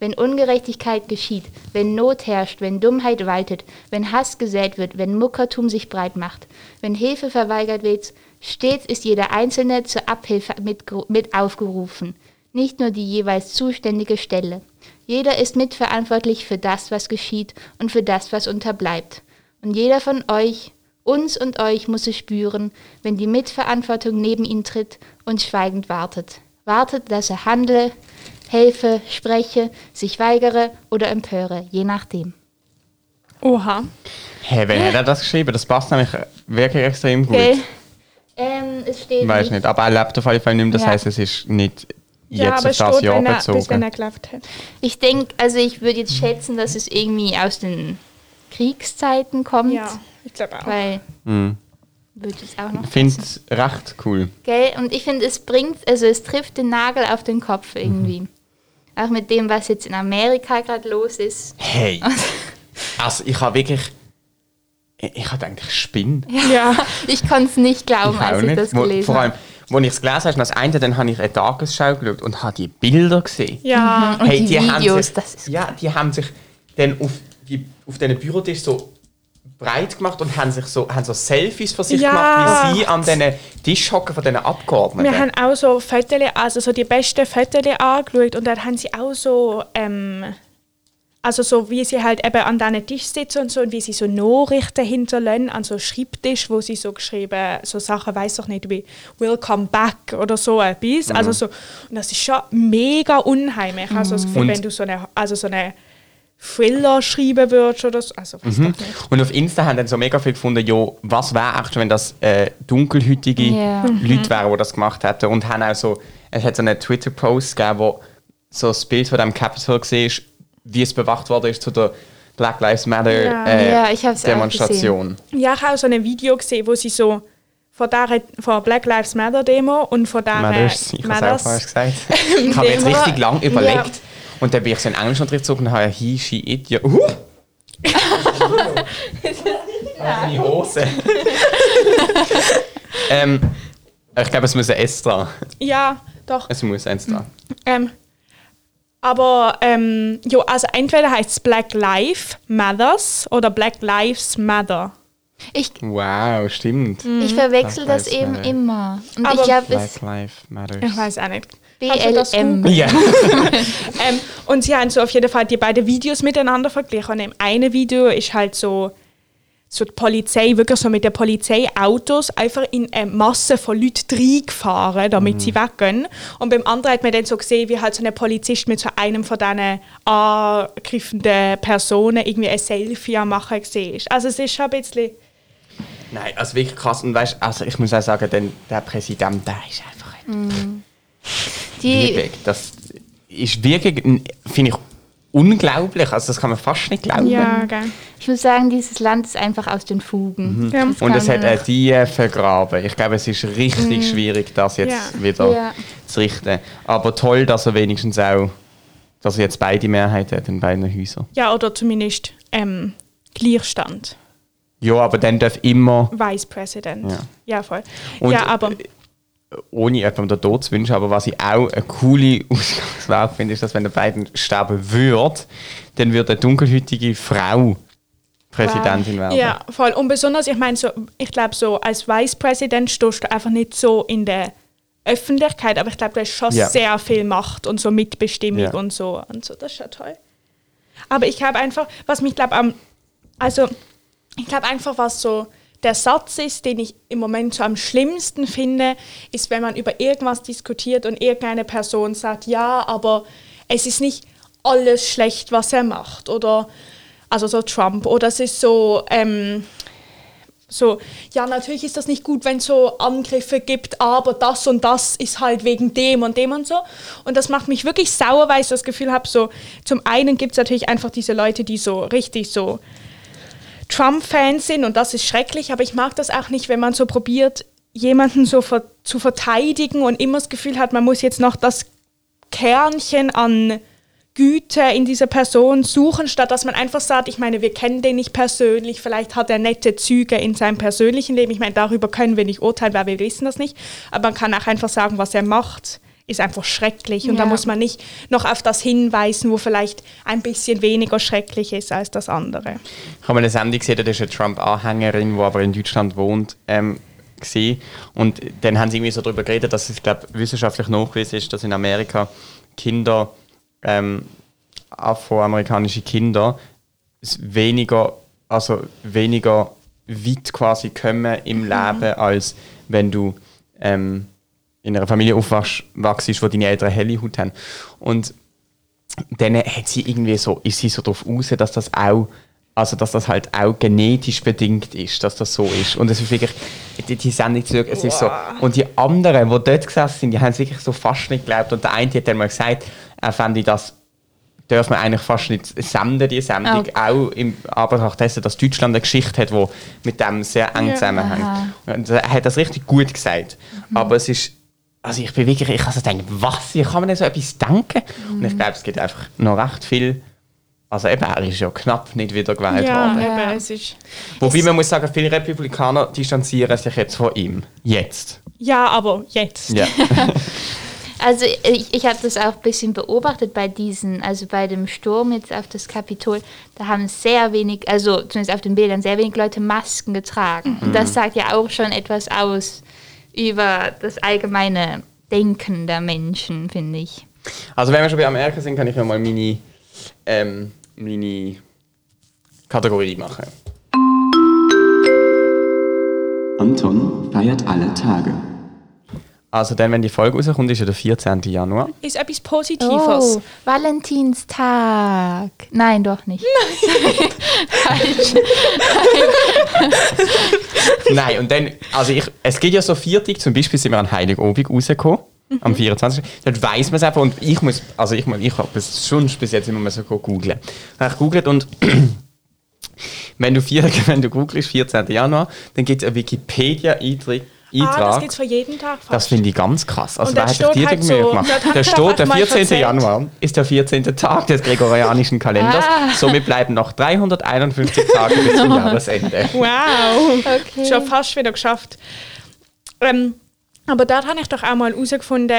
Speaker 3: Wenn Ungerechtigkeit geschieht, wenn Not herrscht, wenn Dummheit waltet, wenn Hass gesät wird, wenn Muckertum sich breit macht, wenn Hilfe verweigert wird, stets ist jeder Einzelne zur Abhilfe mit, mit aufgerufen, nicht nur die jeweils zuständige Stelle. Jeder ist mitverantwortlich für das, was geschieht und für das, was unterbleibt. Und jeder von euch Uns und euch muss es spüren, wenn die Mitverantwortung neben ihn tritt und schweigend wartet. Wartet, dass er handle, helfe, spreche, sich weigere oder empöre, je nachdem.
Speaker 1: Oha.
Speaker 4: Hey, wer hat er das geschrieben? Das passt nämlich wirklich extrem gut.
Speaker 3: Gell? Ähm, es steht
Speaker 4: Weiß nicht, aber er lebt auf jeden Fall nicht mehr. Das
Speaker 3: Ja.
Speaker 4: heisst, es ist nicht
Speaker 1: Ja,
Speaker 4: jetzt
Speaker 1: aber
Speaker 4: auf das
Speaker 1: steht,
Speaker 4: Jahr
Speaker 1: wenn er, bis wenn
Speaker 4: bezogen.
Speaker 1: er gelebt hat.
Speaker 3: Ich denke, also ich würde jetzt schätzen, dass es irgendwie aus den Kriegszeiten kommt.
Speaker 1: Ja, ich glaube auch.
Speaker 3: Weil würde ich es auch noch.
Speaker 4: Ich finde es recht cool.
Speaker 3: Gell? Und ich finde, es bringt, also es trifft den Nagel auf den
Speaker 4: Mhm.
Speaker 3: Kopf irgendwie. Auch mit dem, was jetzt in Amerika gerade los ist.
Speaker 4: Hey! Also, ich habe wirklich. Ich ich habe gedacht, ich spinne.
Speaker 1: Ja,
Speaker 3: Ich konnte es nicht glauben,
Speaker 4: Ich auch
Speaker 3: als ich
Speaker 4: nicht.
Speaker 3: das
Speaker 4: Wo-
Speaker 3: gelesen
Speaker 4: Vor allem,
Speaker 3: habe.
Speaker 4: als ich es gelesen habe, das eine, dann habe ich eine Tagesschau geschaut und habe die Bilder gesehen.
Speaker 1: ja.
Speaker 3: Und die,
Speaker 4: haben
Speaker 3: Videos,
Speaker 4: sich,
Speaker 3: das ist
Speaker 4: Ja, die haben sich dann auf, die, auf diesen Bürotisch so breit gemacht und haben sich so, haben so Selfies von sich
Speaker 1: Ja.
Speaker 4: gemacht, wie sie an diesen Tisch hocken von diesen Abgeordneten.
Speaker 1: Wir haben auch so Fotos, also so die besten Fotos angeschaut und dann haben sie auch so, ähm, also so wie sie halt eben an diesen Tisch sitzen und so und wie sie so Nachrichten hinterlassen an so Schreibtisch, wo sie so geschrieben, so Sachen, weiß doch nicht, wie Welcome back oder so etwas. Also so, und das ist schon mega unheimlich. Also das Gefühl,
Speaker 4: Und-
Speaker 1: wenn du so eine, also so eine Thriller schreiben würdest oder so, also weiß doch nicht.
Speaker 4: Und auf Insta haben dann so mega viel gefunden, jo, was wäre echt, wenn das äh, dunkelhütige
Speaker 3: Ja. Mhm.
Speaker 4: Leute wären, die das gemacht hätten. Und haben auch so, es hat so einen Twitter-Post gegeben, wo so das Bild von dem Capitol war, wie es bewacht worden ist zu der Black Lives Matter
Speaker 1: Ja.
Speaker 4: äh,
Speaker 3: Ja, ich hab's auch
Speaker 4: Demonstration.
Speaker 1: Ja, ich habe auch so ein Video gesehen, wo sie so von der, von der Black Lives Matter Demo und von der
Speaker 4: Matters, ich habe es auch falsch gesagt. Ich habe jetzt
Speaker 1: Demo.
Speaker 4: richtig lang
Speaker 1: Ja.
Speaker 4: überlegt. Und dann bin ich so in Englischunterricht gezogen und habe he, she, it, ja. Uh! Ah, Meine Hose. ähm, ich glaube, es muss ein S dran.
Speaker 1: Ja, doch.
Speaker 4: Es muss eins dran.
Speaker 1: Ähm, aber ähm, jo, also entweder heißt es Black Lives Matters oder Black Lives Matter.
Speaker 3: Ich,
Speaker 4: Wow, stimmt.
Speaker 3: ich verwechsel
Speaker 4: Black
Speaker 3: das
Speaker 4: Lives
Speaker 3: eben
Speaker 4: Matter.
Speaker 3: immer. Und
Speaker 1: Aber-
Speaker 3: ich glaube, Mhm. es
Speaker 4: Black Life Matters.
Speaker 1: Ich weiß auch nicht. Hast du
Speaker 4: Also
Speaker 1: das
Speaker 3: BLM.
Speaker 4: Ja.
Speaker 1: Ähm, und sie haben so auf jeden Fall die beiden Videos miteinander verglichen. Und im einen Video ist halt so, so die Polizei, wirklich so mit den Polizeiautos einfach in eine Masse von Leuten reingefahren, damit
Speaker 4: Mhm.
Speaker 1: sie weggehen. Und beim anderen hat man dann so gesehen, wie halt so ein Polizist mit so einem von diesen angreifenden Personen irgendwie ein Selfie am machen gesehen ist. Also es ist schon ein bisschen...
Speaker 4: Nein, also wirklich krass. Und weißt, also ich muss auch sagen, denn der Präsident, der ist einfach ein
Speaker 3: Die,
Speaker 4: Lübeck. Das ist wirklich, finde ich, unglaublich. Also das kann man fast nicht glauben.
Speaker 1: gell.
Speaker 3: ich muss sagen, dieses Land ist einfach aus den Fugen.
Speaker 1: Ja.
Speaker 3: Das
Speaker 4: Und
Speaker 3: kann
Speaker 4: es hat
Speaker 3: man-
Speaker 4: auch die äh, vergraben. Ich glaube, es ist richtig schwierig, das jetzt
Speaker 1: Mhm. Ja.
Speaker 4: wieder
Speaker 3: Ja.
Speaker 4: zu richten. Aber toll, dass er wenigstens auch, dass er jetzt beide Mehrheit hat in beiden Häusern.
Speaker 1: Ja, oder zumindest ähm, Gleichstand.
Speaker 4: Ja, aber dann darf immer,
Speaker 1: Vice President.
Speaker 4: Ja.
Speaker 1: Ja, voll.
Speaker 4: Und,
Speaker 1: ja, aber...
Speaker 4: ohne jemandem den Tod zu wünschen, aber was ich auch eine coole Ausgangswahl finde, ist, dass wenn der beiden sterben würde, dann würde eine dunkelhütige Frau Präsidentin werden.
Speaker 1: Ähm, Ja, voll. Und besonders, ich meine, so, ich glaube, so als Vice President stehst du einfach nicht so in der Öffentlichkeit, aber ich glaube, du hast schon
Speaker 4: Ja.
Speaker 1: sehr viel Macht und so Mitbestimmung
Speaker 4: Ja.
Speaker 1: und so. Und so, das ist ja toll. Aber ich habe einfach, was mich, glaube am, also, ich glaube einfach, was so der Satz ist, den ich im Moment so am schlimmsten finde, ist, wenn man über irgendwas diskutiert und irgendeine Person sagt, ja, aber es ist nicht alles schlecht, was er macht. Oder, also so Trump. Oder es ist so, ähm, so, ja, natürlich ist das nicht gut, wenn es so Angriffe gibt, aber das und das ist halt wegen dem und dem und so. Und das macht mich wirklich sauer, weil ich das Gefühl habe, so, zum einen gibt es natürlich einfach diese Leute, die so richtig so Trump-Fans sind und das ist schrecklich, aber ich mag das auch nicht, wenn man so probiert, jemanden so ver zu verteidigen und immer das Gefühl hat, man muss jetzt noch das Kernchen an Güte in dieser Person suchen, statt dass man einfach sagt, ich meine, wir kennen den nicht persönlich, vielleicht hat er nette Züge in seinem persönlichen Leben. Ich meine, darüber können wir nicht urteilen, weil wir wissen das nicht. Aber man kann auch einfach sagen, was er macht, ist einfach schrecklich. Und da
Speaker 3: Ja.
Speaker 1: muss man nicht noch auf das hinweisen, wo vielleicht ein bisschen weniger schrecklich ist als das andere.
Speaker 4: Ich habe mal eine Sendung gesehen, da ist eine Trump-Anhängerin, die aber in Deutschland wohnt, ähm, gesehen. Und dann haben sie irgendwie so darüber geredet, dass es, glaube wissenschaftlich nachgewiesen ist, dass in Amerika Kinder, ähm, afroamerikanische Kinder, s- weniger, also weniger weit quasi kommen im Leben, als wenn du ähm, in einer Familie aufwachst, wachst, wo deine Eltern helle Haut haben. Und dann hat sie irgendwie so, ist sie so drauf raus, dass das auch, also dass das halt auch genetisch bedingt ist, dass das so ist. Und es ist wirklich, die, die Sendung zurück, es ist so. Und die anderen, die dort gesessen sind, die haben es wirklich so fast nicht geglaubt. Und der eine hat dann mal gesagt, er fände das, darf man eigentlich fast nicht senden, die Sendung, auch im Anbetracht dessen, dass Deutschland eine Geschichte hat, die mit dem sehr eng zusammenhängt. Und er hat das richtig gut gesagt.
Speaker 1: Mhm.
Speaker 4: Aber es ist, also ich bin wirklich, ich habe so gedacht, was, wie kann man denn so etwas denken? Und
Speaker 1: Mhm.
Speaker 4: ich glaube, es gibt einfach noch recht viel, also eben, er ist ja knapp nicht wieder gewählt
Speaker 1: Ja,
Speaker 4: worden.
Speaker 1: eben, es ist.
Speaker 4: Wobei man muss sagen, viele Republikaner distanzieren sich jetzt von ihm. Jetzt.
Speaker 1: Ja, aber jetzt.
Speaker 4: Ja.
Speaker 3: Also ich, ich habe das auch ein bisschen beobachtet bei diesen, also bei dem Sturm jetzt auf das Kapitol, da haben sehr wenig, also zumindest auf den Bildern, sehr wenig Leute Masken getragen. Und das sagt ja auch schon etwas aus über das allgemeine Denken der Menschen, finde ich.
Speaker 4: Also wenn wir schon bei Amerika sind, kann ich ja mal meine, ähm, meine Kategorie machen.
Speaker 5: Anton feiert alle Tage.
Speaker 4: Also dann, wenn die Folge rauskommt, ist ja der 14. Januar.
Speaker 1: Ist etwas Positives.
Speaker 3: Valentinstag. Nein, doch nicht.
Speaker 4: Nein, und dann, also ich, es geht ja so viertig, zum Beispiel sind wir an Heiligobig rausgekommen,
Speaker 1: Mhm.
Speaker 4: am 24. Dort weiss man es einfach und ich muss, also ich, muss- ich habe es schon bis jetzt immer mal so googeln. Habe ich googelt und wenn du, vier, wenn du googelst, 14. Januar, dann gibt es einen Wikipedia-Eintrag.
Speaker 1: Ah, das
Speaker 4: Eintrag.
Speaker 1: gibt's für jeden Tag fast.
Speaker 4: Das finde ich ganz krass. Also,
Speaker 1: Und
Speaker 4: wer
Speaker 1: dort
Speaker 4: hat sich die
Speaker 1: steht
Speaker 4: halt
Speaker 1: halt so-
Speaker 4: gemacht?
Speaker 1: dort hat
Speaker 4: Da
Speaker 1: man
Speaker 4: steht, der
Speaker 1: einfach mal
Speaker 4: 14.
Speaker 1: verzählt.
Speaker 4: Januar ist der 14. Tag des gregorianischen Kalenders.
Speaker 1: Ah.
Speaker 4: Somit bleiben noch 351 Tage bis zum Jahresende.
Speaker 1: Wow,
Speaker 3: Okay.
Speaker 1: schon fast wieder geschafft. Ähm, aber dort habe ich doch auch mal herausgefunden,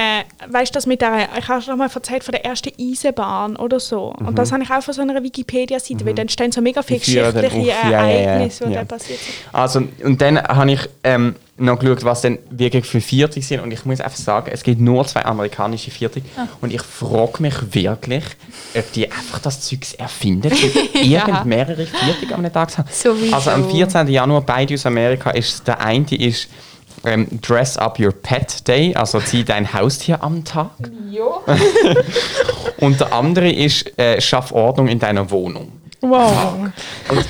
Speaker 1: weißt du, das mit der, ich habe schon mal erzählt von der ersten Eisenbahn oder so. Und das habe ich auch von so einer Wikipedia-Seite, weil dann stehen so mega viele
Speaker 4: Mhm. Die führen dann
Speaker 1: geschichtliche
Speaker 4: auf, ja, ja, ja,
Speaker 1: Ereignisse, die
Speaker 4: ja.
Speaker 1: da passiert sind.
Speaker 4: Also, und dann habe ich ähm, noch geschaut, was denn wirklich für Viertig sind. Und ich muss einfach sagen, es gibt nur zwei amerikanische Viertig. Und ich frage mich wirklich, ob die einfach das Zeugs erfinden, ob irgend mehrere Viertig am Tag haben.
Speaker 3: Sowieso.
Speaker 4: Also am 14. Januar, beide aus Amerika, ist der eine ist ähm, Dress Up Your Pet Day, also zieh dein Haustier am Tag. und der andere ist äh, Schaff Ordnung in deiner Wohnung.
Speaker 1: Wow.
Speaker 4: Und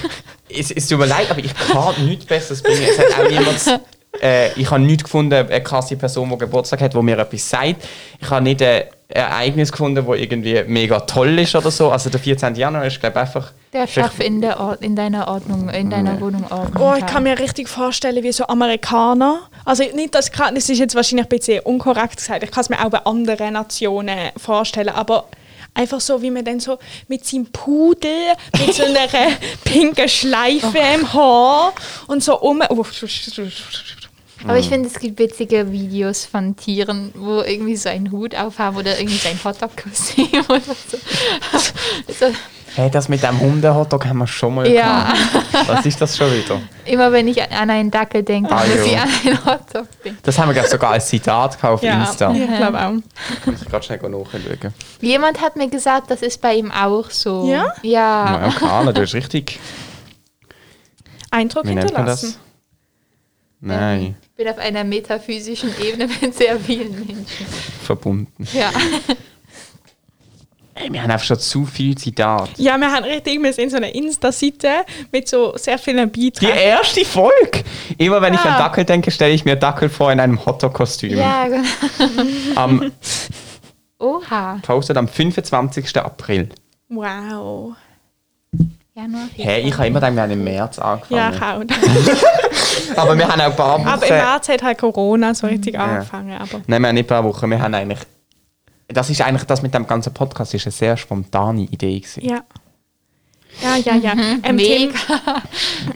Speaker 4: es, es tut mir leid, aber ich kann nichts Besseres bringen. Es hat auch niemand, äh, ich habe nichts gefunden, eine krasse Person, die Geburtstag hat, die mir etwas sagt. Ich habe nicht ein Ereignis gefunden, das irgendwie mega toll ist oder so. Also der 14. Januar ist, glaube ich, einfach...
Speaker 3: Der Schaff in, der Ord in deiner Ordnung, in deiner Wohnung Ordnung.
Speaker 1: Oh, ich
Speaker 3: haben.
Speaker 1: kann mir richtig vorstellen, wie so Amerikaner, also nicht, dass gerade, das ist jetzt wahrscheinlich ein bisschen unkorrekt gesagt, ich kann es mir auch bei anderen Nationen vorstellen, aber einfach so, wie man dann so mit seinem Pudel, mit so einer pinken Schleife im Haar und so um...
Speaker 3: Aber ich finde, es gibt witzige Videos von Tieren, wo irgendwie so einen Hut aufhaben oder irgendwie sein Hotdog-Kostüm oder so. so.
Speaker 4: Hey, das mit dem Hundehotdog haben wir schon mal
Speaker 3: Ja.
Speaker 4: gehabt. Was ist das schon wieder?
Speaker 3: Immer wenn ich an einen Dackel denke,
Speaker 4: Ah,
Speaker 3: muss
Speaker 4: jo.
Speaker 3: ich an einen Hotdog denken.
Speaker 4: Das haben wir, glaube ich, sogar als Zitat gehabt auf
Speaker 1: Ja,
Speaker 4: Insta.
Speaker 1: ich glaube auch.
Speaker 4: Muss ich gerade schnell nachschauen.
Speaker 3: Jemand hat mir gesagt, das ist bei ihm auch so.
Speaker 1: Ja?
Speaker 4: Ah.
Speaker 3: Ja.
Speaker 4: Amerikaner, du bist richtig...
Speaker 1: Eindruck
Speaker 4: Wie nennt man das?
Speaker 1: hinterlassen.
Speaker 4: Nein,
Speaker 3: Ich bin auf einer metaphysischen Ebene mit sehr vielen Menschen.
Speaker 4: verbunden.
Speaker 3: Ja.
Speaker 4: Hey, wir haben einfach schon zu viele Zitate.
Speaker 1: Ja, wir haben richtig, wir sind so eine Insta-Seite mit so sehr vielen
Speaker 4: Die
Speaker 1: Beiträgen.
Speaker 4: erste Folge! Immer wenn ich
Speaker 1: Ja.
Speaker 4: an Dackel denke, stelle ich mir Dackel vor in einem Hotdog-Kostüm.
Speaker 3: ja, genau.
Speaker 4: Am,
Speaker 3: Oha.
Speaker 4: postet am 25. April.
Speaker 1: Wow.
Speaker 3: Januar.
Speaker 4: Hey, ich habe immer gedacht, wir haben im März
Speaker 1: Ja,
Speaker 4: angefangen.
Speaker 1: ich auch.
Speaker 4: Aber wir haben auch ein paar Wochen.
Speaker 1: Aber im März hat halt Corona so richtig
Speaker 4: Mhm.
Speaker 1: angefangen. Aber
Speaker 4: Nein, wir haben nicht ein paar Wochen. Wir haben eigentlich. Das ist eigentlich das mit dem ganzen Podcast ist eine sehr spontane Idee gewesen.
Speaker 1: Ja. Ja, ja, ja. Ähm, Tim,
Speaker 3: Mega.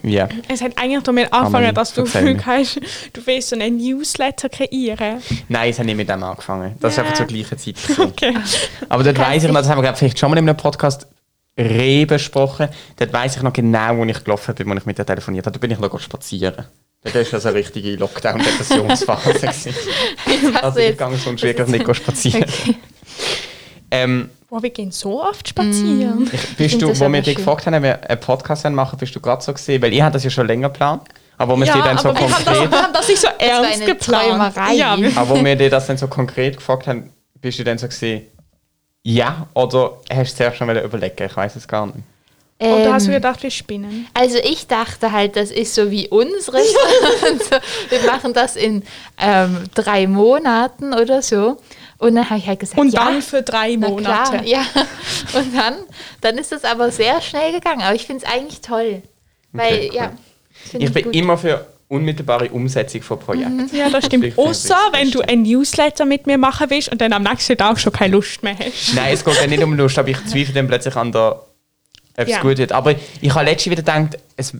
Speaker 4: Ja.
Speaker 1: es hat eigentlich damit angefangen,
Speaker 4: Amelie,
Speaker 1: dass du Gefühl
Speaker 4: erzähl mir.
Speaker 1: hast, du willst so einen Newsletter kreieren.
Speaker 4: Nein, es hat nicht mit dem angefangen. Das
Speaker 1: Ja.
Speaker 4: ist einfach zur gleichen Zeit. gewesen.
Speaker 1: Okay.
Speaker 4: Aber dort weiss ich noch, das haben wir glaub, vielleicht schon mal in einem Podcast Reh besprochen. Dort weiss ich noch genau, wo ich gelaufen bin, wo ich mit der telefoniert habe. Da bin ich noch spazieren. Dort war das eine richtige Lockdown-Depressionsphase. gewesen.
Speaker 3: Ich hasse
Speaker 4: also ich gehe sonst wirklich nicht spazieren. Ähm,
Speaker 1: Boah, wir gehen so oft spazieren.
Speaker 4: Bist
Speaker 3: find
Speaker 4: du,
Speaker 3: das
Speaker 4: wo
Speaker 3: aber
Speaker 4: wir dich
Speaker 3: schön.
Speaker 4: gefragt haben, ob wir einen Podcast machen, bist du gerade so gesehen? Weil ihr habt das ja schon länger geplant. Aber wo wir es dir dann so
Speaker 1: wir haben, das,
Speaker 4: konkret,
Speaker 1: wir haben das nicht so
Speaker 3: war
Speaker 1: ernst
Speaker 3: eine
Speaker 1: geplant.
Speaker 3: Träumerei.
Speaker 1: Ja, wir,
Speaker 4: aber wo wir dir das dann so konkret gefragt haben, bist du dann so gesehen? Ja, oder hast du zuerst schon wieder überlegen? Ich weiß es gar nicht.
Speaker 1: und da hast du
Speaker 3: Ähm,
Speaker 1: gedacht, wir spinnen.
Speaker 3: Also ich dachte halt, das ist so wie unsere. Und so, wir machen das in ähm, drei Monaten oder so. Und dann habe ich halt gesagt,
Speaker 1: Und
Speaker 3: ja,
Speaker 1: dann für drei
Speaker 3: na
Speaker 1: Monate.
Speaker 3: Klar, ja. Und dann, dann ist es aber sehr schnell gegangen. Aber ich finde es eigentlich toll. Weil,
Speaker 4: Okay, cool.
Speaker 3: ja. find
Speaker 4: Ich bin
Speaker 3: gut.
Speaker 4: immer für unmittelbare Umsetzung von Projekten.
Speaker 1: Ja, das
Speaker 4: Ich
Speaker 1: stimmt.
Speaker 4: find
Speaker 1: Außer
Speaker 4: das
Speaker 1: wenn du ein Newsletter mit mir machen willst und dann am nächsten Tag schon keine Lust mehr hast.
Speaker 4: Nein, es geht ja nicht um Lust, aber ich zweifle dann plötzlich an der, ob es
Speaker 1: Ja.
Speaker 4: gut wird. Aber ich habe letztens wieder gedacht, es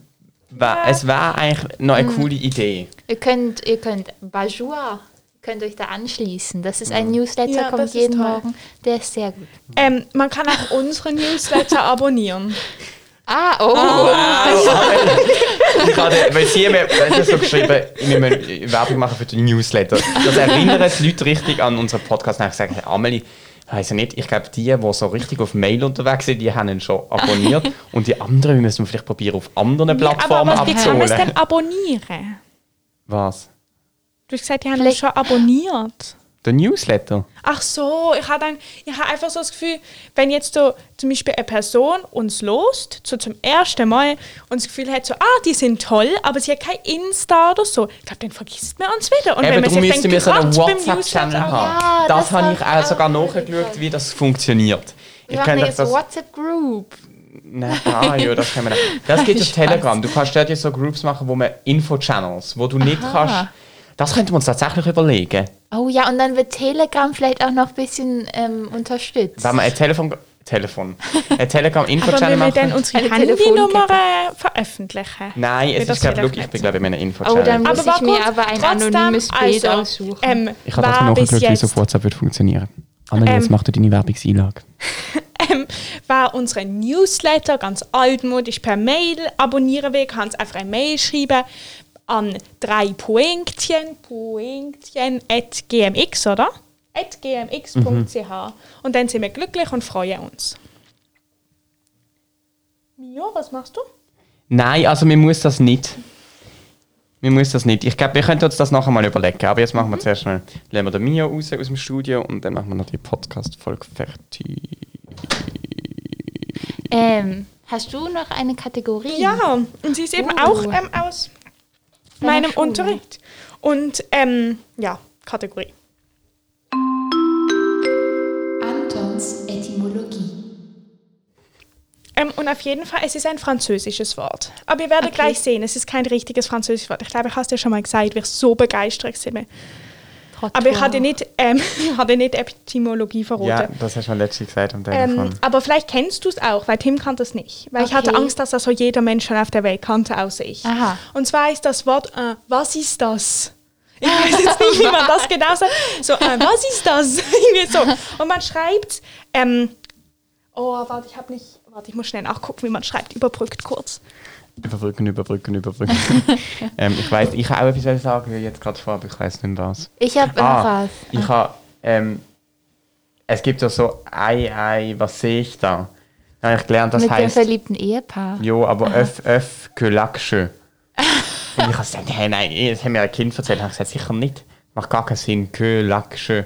Speaker 4: wäre es wär eigentlich noch eine coole Idee.
Speaker 3: Ihr könnt, ihr könnt Bajua, könnt euch da anschließen. Das ist ein Newsletter,
Speaker 1: Mhm. Ja,
Speaker 3: kommt
Speaker 1: das ist
Speaker 3: jeden
Speaker 1: toll.
Speaker 3: Morgen. Der ist sehr gut.
Speaker 1: Ähm, man kann auch unseren Newsletter abonnieren.
Speaker 3: Ah, oh.
Speaker 4: Ich habe, weil sie mir das ist so geschrieben, wir müssen Werbung machen für den Newsletter. Das erinnert die Leute richtig an unseren Podcast. Dann habe ich gesagt, Amelie, ich weiss ja nicht, ich glaube, die, die so richtig auf Mail unterwegs sind, die haben ihn schon abonniert. Und die anderen, wir müssen vielleicht probieren, auf anderen Plattformen
Speaker 1: aber wie kann man es
Speaker 4: abzuholen.
Speaker 1: denn abonnieren?
Speaker 4: Was?
Speaker 1: Du hast gesagt, die haben das schon abonniert.
Speaker 4: Der Newsletter?
Speaker 1: Ach so, ich habe hab einfach so das Gefühl, wenn jetzt so zum Beispiel eine Person uns lost, so zum ersten Mal, und das Gefühl hat so, ah, die sind toll, aber sie hat kein Insta oder so, ich glaube, dann vergisst man uns wieder. Und
Speaker 4: Eben,
Speaker 1: wenn man
Speaker 4: darum
Speaker 1: sich
Speaker 4: müssten
Speaker 1: denkt,
Speaker 4: wir so einen
Speaker 1: gerade beim
Speaker 4: WhatsApp-Channel
Speaker 1: Newsletter-
Speaker 4: haben.
Speaker 3: Ja,
Speaker 4: das
Speaker 3: das
Speaker 4: habe ich
Speaker 3: hab
Speaker 4: auch
Speaker 3: ich
Speaker 4: sogar
Speaker 3: auch
Speaker 4: nachgeschaut,
Speaker 3: gesehen.
Speaker 4: wie das funktioniert.
Speaker 3: Wir
Speaker 4: ich
Speaker 3: machen
Speaker 4: könnte
Speaker 3: jetzt
Speaker 4: das...
Speaker 3: WhatsApp-Group.
Speaker 4: Nein, ah, ja, das können wir nicht. Das geht auf Telegram. Du kannst dort jetzt so Groups machen, wo man Info-Channels, wo du nicht kannst... Das könnten wir uns tatsächlich überlegen.
Speaker 3: Oh ja, und dann wird Telegram vielleicht auch noch ein bisschen ähm, unterstützt.
Speaker 4: Wenn wir ein Telefon... Telefon. Ein
Speaker 1: Aber
Speaker 4: Telegram-Info-Channel
Speaker 1: wenn wir
Speaker 4: machen...
Speaker 1: dann unsere
Speaker 3: Eine
Speaker 1: Handynummer veröffentlichen?
Speaker 4: Nein,
Speaker 1: Wird
Speaker 4: es
Speaker 1: das
Speaker 4: ist glaube ich,
Speaker 1: vielleicht
Speaker 4: ich bin
Speaker 1: nicht
Speaker 4: glaube ich
Speaker 1: so.
Speaker 4: in einem
Speaker 3: Oh, dann
Speaker 4: Info-Channel.
Speaker 3: muss ich mir
Speaker 1: gut,
Speaker 3: aber ein
Speaker 1: trotzdem,
Speaker 3: anonymes Bild
Speaker 1: also,
Speaker 3: aussuchen.
Speaker 1: Ähm,
Speaker 4: Ich habe auch
Speaker 1: war, bis
Speaker 4: nachgeschaut, wie es
Speaker 1: jetzt,
Speaker 4: auf WhatsApp wird funktionieren. Amelie, jetzt
Speaker 1: Ähm.
Speaker 4: mach du deine Werbungseinlage.
Speaker 1: ähm, war unsere Newsletter ganz altmodisch per Mail abonnieren will, kannst einfach eine Mail schreiben an drei Pointchen, Pointchen at gmx, oder? at gmx.ch und dann sind wir glücklich und freuen uns. Mio, was machst du?
Speaker 4: Nein, also man muss das nicht. Man muss das nicht. Ich glaube, wir könnten uns das nachher mal überlegen. Aber jetzt machen wir zuerst mal, lassen wir den Mio raus aus dem Studio und dann machen wir noch die Podcast-Folge fertig.
Speaker 3: Ähm, hast du noch eine Kategorie?
Speaker 1: Ja, und sie ist eben
Speaker 3: Uh.
Speaker 1: auch ähm, aus
Speaker 3: Deiner
Speaker 1: meinem
Speaker 3: Schule.
Speaker 1: Unterricht. Und ähm, ja, Kategorie.
Speaker 6: Antons Etymologie.
Speaker 1: Ähm, und auf jeden Fall, es ist ein französisches Wort. Aber ihr werdet gleich sehen, es ist kein richtiges französisches Wort. Ich glaube, ich habe es dir schon mal gesagt, wir so begeistert sind.
Speaker 3: Trottoir.
Speaker 1: Aber ich hatte nicht, ähm, ich hatte nicht Etymologie verraten.
Speaker 4: Ja, das hast du mir letztens gesagt am Telefon.
Speaker 1: Ähm, aber vielleicht kennst du es auch, weil Tim kannte es nicht. Weil ich hatte
Speaker 3: Okay.
Speaker 1: Angst, dass das so jeder Mensch schon auf der Welt kannte, außer ich.
Speaker 3: Aha.
Speaker 1: Und zwar ist das Wort, äh, was ist das? Ich weiß jetzt nicht, wie man das genau sagt. So, äh, was ist das? Irgendwie so. Und man schreibt, ähm, oh, warte, ich habe nicht, warte, ich muss schnell nachgucken, wie man schreibt, überbrückt kurz.
Speaker 4: überbrücken, überbrücken, überbrücken. ähm, ich weiß, ich habe auch etwas sagen, wie jetzt gerade vor, aber ich weiß nicht mehr was.
Speaker 3: Ich habe
Speaker 4: Ah,
Speaker 3: ah,
Speaker 4: ich habe, ähm, es gibt ja so, ei, ei, was sehe ich da? Da habe ich gelernt, das
Speaker 3: mit dem
Speaker 4: heißt.
Speaker 3: verliebten Ehepaar.
Speaker 4: Jo, aber öff, öff, Kölakschö. Und ich habe gesagt, hey, nein, eh, das haben mir ein Kind erzählt. Ich habe gesagt, sicher nicht. Macht gar keinen Sinn, Kölakschö.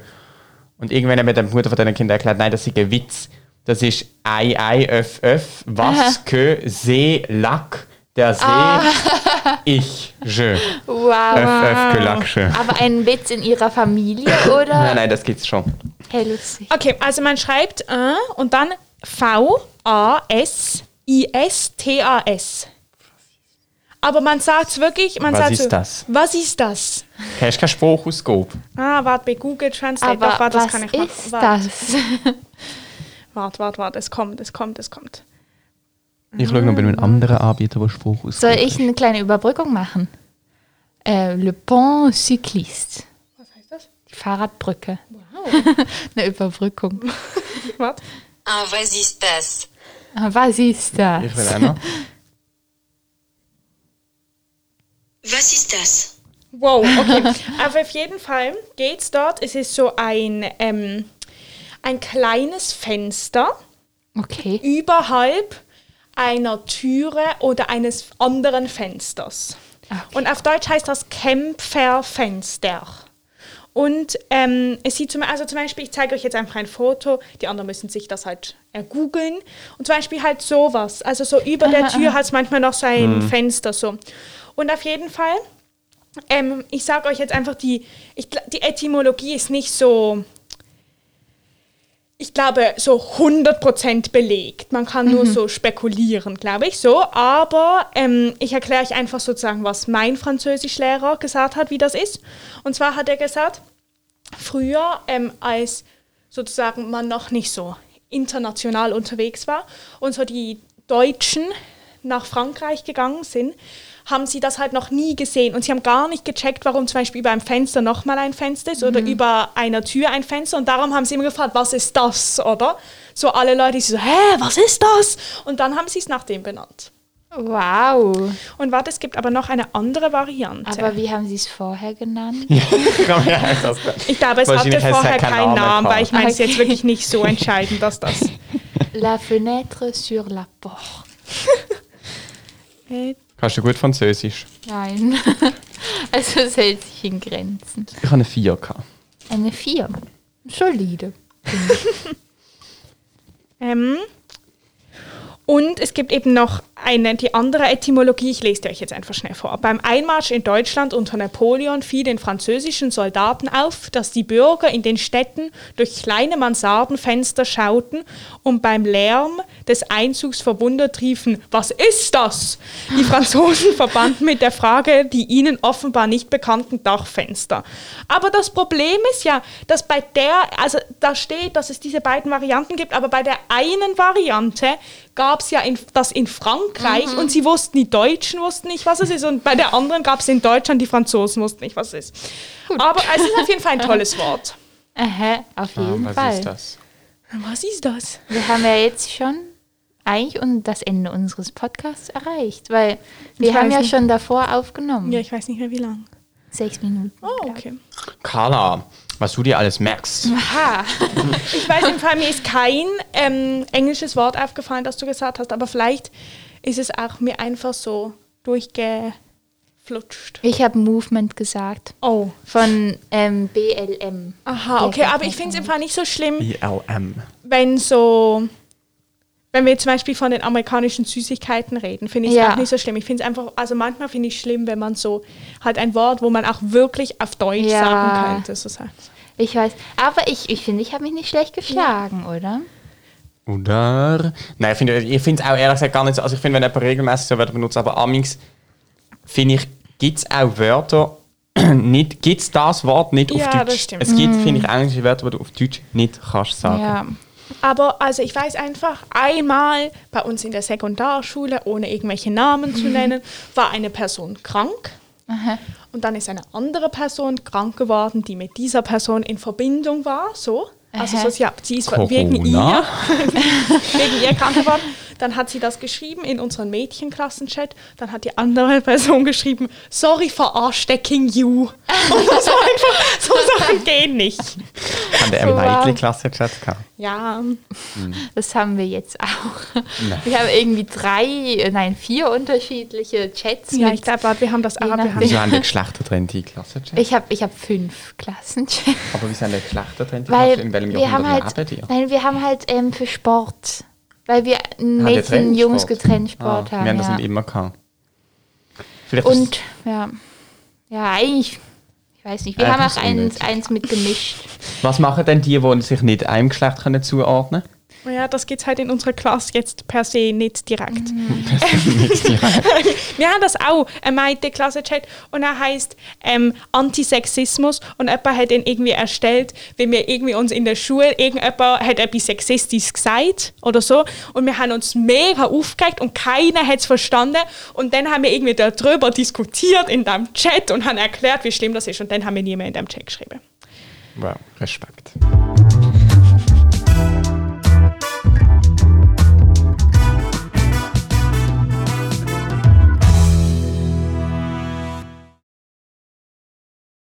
Speaker 4: Und irgendwann hat mir dann die Mutter von diesen Kindern erklärt, nein, das ist ein Witz. Das ist ei, ei, öff, öff, was, kö, see, lack, der See,
Speaker 3: Ah.
Speaker 4: ich, je.
Speaker 3: Wow.
Speaker 4: Öff, öff, Kölakschö.
Speaker 3: Aber ein Witz in ihrer Familie, oder?
Speaker 4: Nein, nein, das gibt's schon.
Speaker 3: Hey, lustig.
Speaker 1: Okay, also man schreibt äh, und dann V-A-S-I-S-T-A-S. Aber man sagt es wirklich, man
Speaker 4: Was
Speaker 1: sagt
Speaker 4: ist
Speaker 1: so,
Speaker 4: das?
Speaker 1: was ist das?
Speaker 4: Hast du keinen Spruch aus
Speaker 1: Ah, warte, bei Google Translate.
Speaker 3: Aber
Speaker 1: Doch, warte,
Speaker 3: was
Speaker 1: das kann ich machen.
Speaker 3: ist
Speaker 1: Warte,
Speaker 3: das?
Speaker 1: warte, warte, warte, es kommt, es kommt, es kommt.
Speaker 4: Ich schaue noch bei einem anderen Anbieter, der Spruch aus
Speaker 3: Soll ich eine kleine Überbrückung machen? Äh, Le Pont Cycliste.
Speaker 1: Was heißt das?
Speaker 3: Die Fahrradbrücke. eine Überbrückung.
Speaker 1: Warte.
Speaker 7: Un vas-y se passe.
Speaker 3: Ah, Was ist das?
Speaker 4: Ich will einer.
Speaker 7: Vas-y se passe.
Speaker 1: Wow, okay. Aber auf jeden Fall geht's dort. Es ist so ein, ähm, ein kleines Fenster
Speaker 3: Okay.
Speaker 1: überhalb einer Türe oder eines anderen Fensters. Und auf Deutsch heißt das Kämpferfenster. Und ähm, es sieht zum, also zum Beispiel, ich zeige euch jetzt einfach ein Foto, die anderen müssen sich das halt ergoogeln. Und zum Beispiel halt sowas. Also so über der Tür hat es manchmal noch so ein Fenster so. Und auf jeden Fall, ähm, ich sage euch jetzt einfach, die, ich, gl- die Etymologie ist nicht so ich glaube, so 100% belegt. Man kann nur so spekulieren, glaube ich, so. Aber ähm, ich erkläre euch einfach sozusagen, was mein Französischlehrer gesagt hat, wie das ist. Und zwar hat er gesagt, früher, ähm, als sozusagen man noch nicht so international unterwegs war und so die Deutschen nach Frankreich gegangen sind, haben sie das halt noch nie gesehen und sie haben gar nicht gecheckt, warum zum Beispiel über einem Fenster nochmal ein Fenster ist oder über einer Tür ein Fenster und darum haben sie immer gefragt, was ist das, oder? So alle Leute, die so, hä, was ist das? Und dann haben sie es nach dem benannt.
Speaker 3: Wow.
Speaker 1: Und warte, es gibt aber noch eine andere Variante.
Speaker 3: Aber wie haben sie es vorher genannt?
Speaker 4: Komm, ja, ist das klar.
Speaker 1: ich glaube, es hatte
Speaker 4: Wahrscheinlich heißt
Speaker 1: vorher
Speaker 4: ja kein
Speaker 1: keinen
Speaker 4: Name
Speaker 1: Namen, weil ich meine, es ist jetzt
Speaker 3: Okay.
Speaker 1: wirklich nicht so entscheidend, dass das...
Speaker 3: La fenêtre sur la porte.
Speaker 4: Kannst du gut Französisch?
Speaker 3: Nein. Also es hält sich in Grenzen.
Speaker 4: Ich habe eine 4K.
Speaker 3: Eine 4. Solide.
Speaker 1: Ähm, und es gibt eben noch eine, die andere Etymologie, ich lese die euch jetzt einfach schnell vor. Beim Einmarsch in Deutschland unter Napoleon fiel den französischen Soldaten auf, dass die Bürger in den Städten durch kleine Mansardenfenster schauten und beim Lärm des Einzugs verwundert riefen, was ist das? Die Franzosen verbanden mit der Frage die ihnen offenbar nicht bekannten Dachfenster. Aber das Problem ist ja, dass bei der, also da steht, dass es diese beiden Varianten gibt, aber bei der einen Variante gab es ja in, das in Frankreich und sie wussten, die Deutschen wussten nicht, was es ist und bei der anderen gab es in Deutschland, die Franzosen wussten nicht, was es ist. Aber es ist auf jeden Fall ein tolles Wort.
Speaker 3: Aha, auf jeden
Speaker 4: was
Speaker 3: Fall.
Speaker 4: ist das?
Speaker 1: Was ist das?
Speaker 3: Wir haben ja jetzt schon eigentlich un- das Ende unseres Podcasts erreicht, weil wir
Speaker 1: Ich
Speaker 3: haben
Speaker 1: weiß
Speaker 3: ja
Speaker 1: nicht.
Speaker 3: schon davor aufgenommen.
Speaker 1: Ja, ich weiß nicht mehr, wie lang.
Speaker 3: Sechs Minuten.
Speaker 1: Oh, okay.
Speaker 4: Carla, was du dir alles merkst.
Speaker 3: Aha.
Speaker 1: Ich weiß im Fall, mir ist kein ähm, englisches Wort aufgefallen, das du gesagt hast, aber vielleicht ist es auch mir einfach so durchgeflutscht.
Speaker 3: Ich habe Movement gesagt.
Speaker 1: Oh.
Speaker 3: Von ähm, BLM.
Speaker 1: Aha,
Speaker 3: Der
Speaker 1: okay, aber ich finde es im
Speaker 3: Körperverband.
Speaker 1: Fall nicht so schlimm,
Speaker 4: BLM.
Speaker 1: wenn so, wenn wir zum Beispiel von den amerikanischen Süßigkeiten reden, finde ich es
Speaker 3: Ja.
Speaker 1: auch nicht so schlimm. Ich finde es einfach, also manchmal finde ich es schlimm, wenn man so halt ein Wort, wo man auch wirklich auf Deutsch
Speaker 3: Ja.
Speaker 1: sagen könnte, so sagt.
Speaker 3: Ich weiß. Aber ich, ich finde, ich habe mich nicht schlecht geschlagen, oder?
Speaker 4: Oder? Nein, ich finde ich es auch ehrlich gesagt gar nicht so. Also ich finde, wenn jemand regelmäßig so Wörter benutzt, aber amix finde ich, gibt es auch Wörter, nicht, gibt es das Wort nicht auf
Speaker 1: Ja,
Speaker 4: Deutsch.
Speaker 1: das stimmt. Mhm.
Speaker 4: Es gibt, finde ich, englische Wörter, die du auf Deutsch nicht kannst sagen.
Speaker 3: Ja.
Speaker 1: Aber also ich weiß einfach, einmal bei uns in der Sekundarschule, ohne irgendwelche Namen zu nennen, war eine Person krank. Und dann ist eine andere Person krank geworden, die mit dieser Person in Verbindung war, so. Also so, sie, sie ist wegen ihr,
Speaker 4: Corona?
Speaker 1: wegen ihr krank geworden. Dann hat sie das geschrieben in unseren Mädchenklassen-Chat. Dann hat die andere Person geschrieben, sorry for arschdecking you. Und das war einfach, so Sachen gehen nicht.
Speaker 4: Ich habe einen Mädchen-Klasse-Chat gehabt.
Speaker 1: Ja,
Speaker 3: Das haben wir jetzt auch. Wir haben irgendwie drei, äh, nein, vier unterschiedliche Chats.
Speaker 1: ja
Speaker 3: mit-
Speaker 1: ich glaube, wir haben das auch.
Speaker 3: Je
Speaker 1: Wir haben
Speaker 4: Wieso haben wir Geschlechter drin, die Klasse-Chat?
Speaker 3: ich habe ich hab fünf Klassenchats.
Speaker 4: Aber wieso haben wir Geschlechter drin, die
Speaker 3: Weil
Speaker 4: Klasse? In welchem
Speaker 3: wir haben
Speaker 4: Jahrhundert
Speaker 3: halt,
Speaker 4: leben die?
Speaker 3: nein, wir haben halt ähm, für Sport, weil wir
Speaker 4: Haben wir
Speaker 3: Mädchen,
Speaker 4: Trennsport?
Speaker 3: Jungs getrennt Sport
Speaker 4: ah,
Speaker 3: haben.
Speaker 4: Wir haben das
Speaker 3: ja.
Speaker 4: nicht immer gehabt. Vielleicht ist-
Speaker 3: Und ja, ja, eigentlich, ich weiß nicht, wir
Speaker 4: Äh,
Speaker 3: haben
Speaker 4: das
Speaker 3: auch
Speaker 4: ist
Speaker 3: eins,
Speaker 4: unnötig.
Speaker 3: eins mit gemischt.
Speaker 4: was machen denn die, die sich nicht einem Geschlecht können zuordnen können?
Speaker 1: Ja, das geht halt in unserer Klasse jetzt per se nicht direkt. Wir haben das auch, ein meinte Klassenchat und er heißt ähm, Antisexismus und jemand hat ihn irgendwie erstellt, wenn wir irgendwie uns in der Schule, irgendjemand hat etwas Sexistisches gesagt oder so und wir haben uns mega aufgeregt und keiner hat es verstanden und dann haben wir irgendwie darüber diskutiert in dem Chat und haben erklärt, wie schlimm das ist und dann haben wir nie mehr in dem Chat geschrieben.
Speaker 4: Wow, Respekt.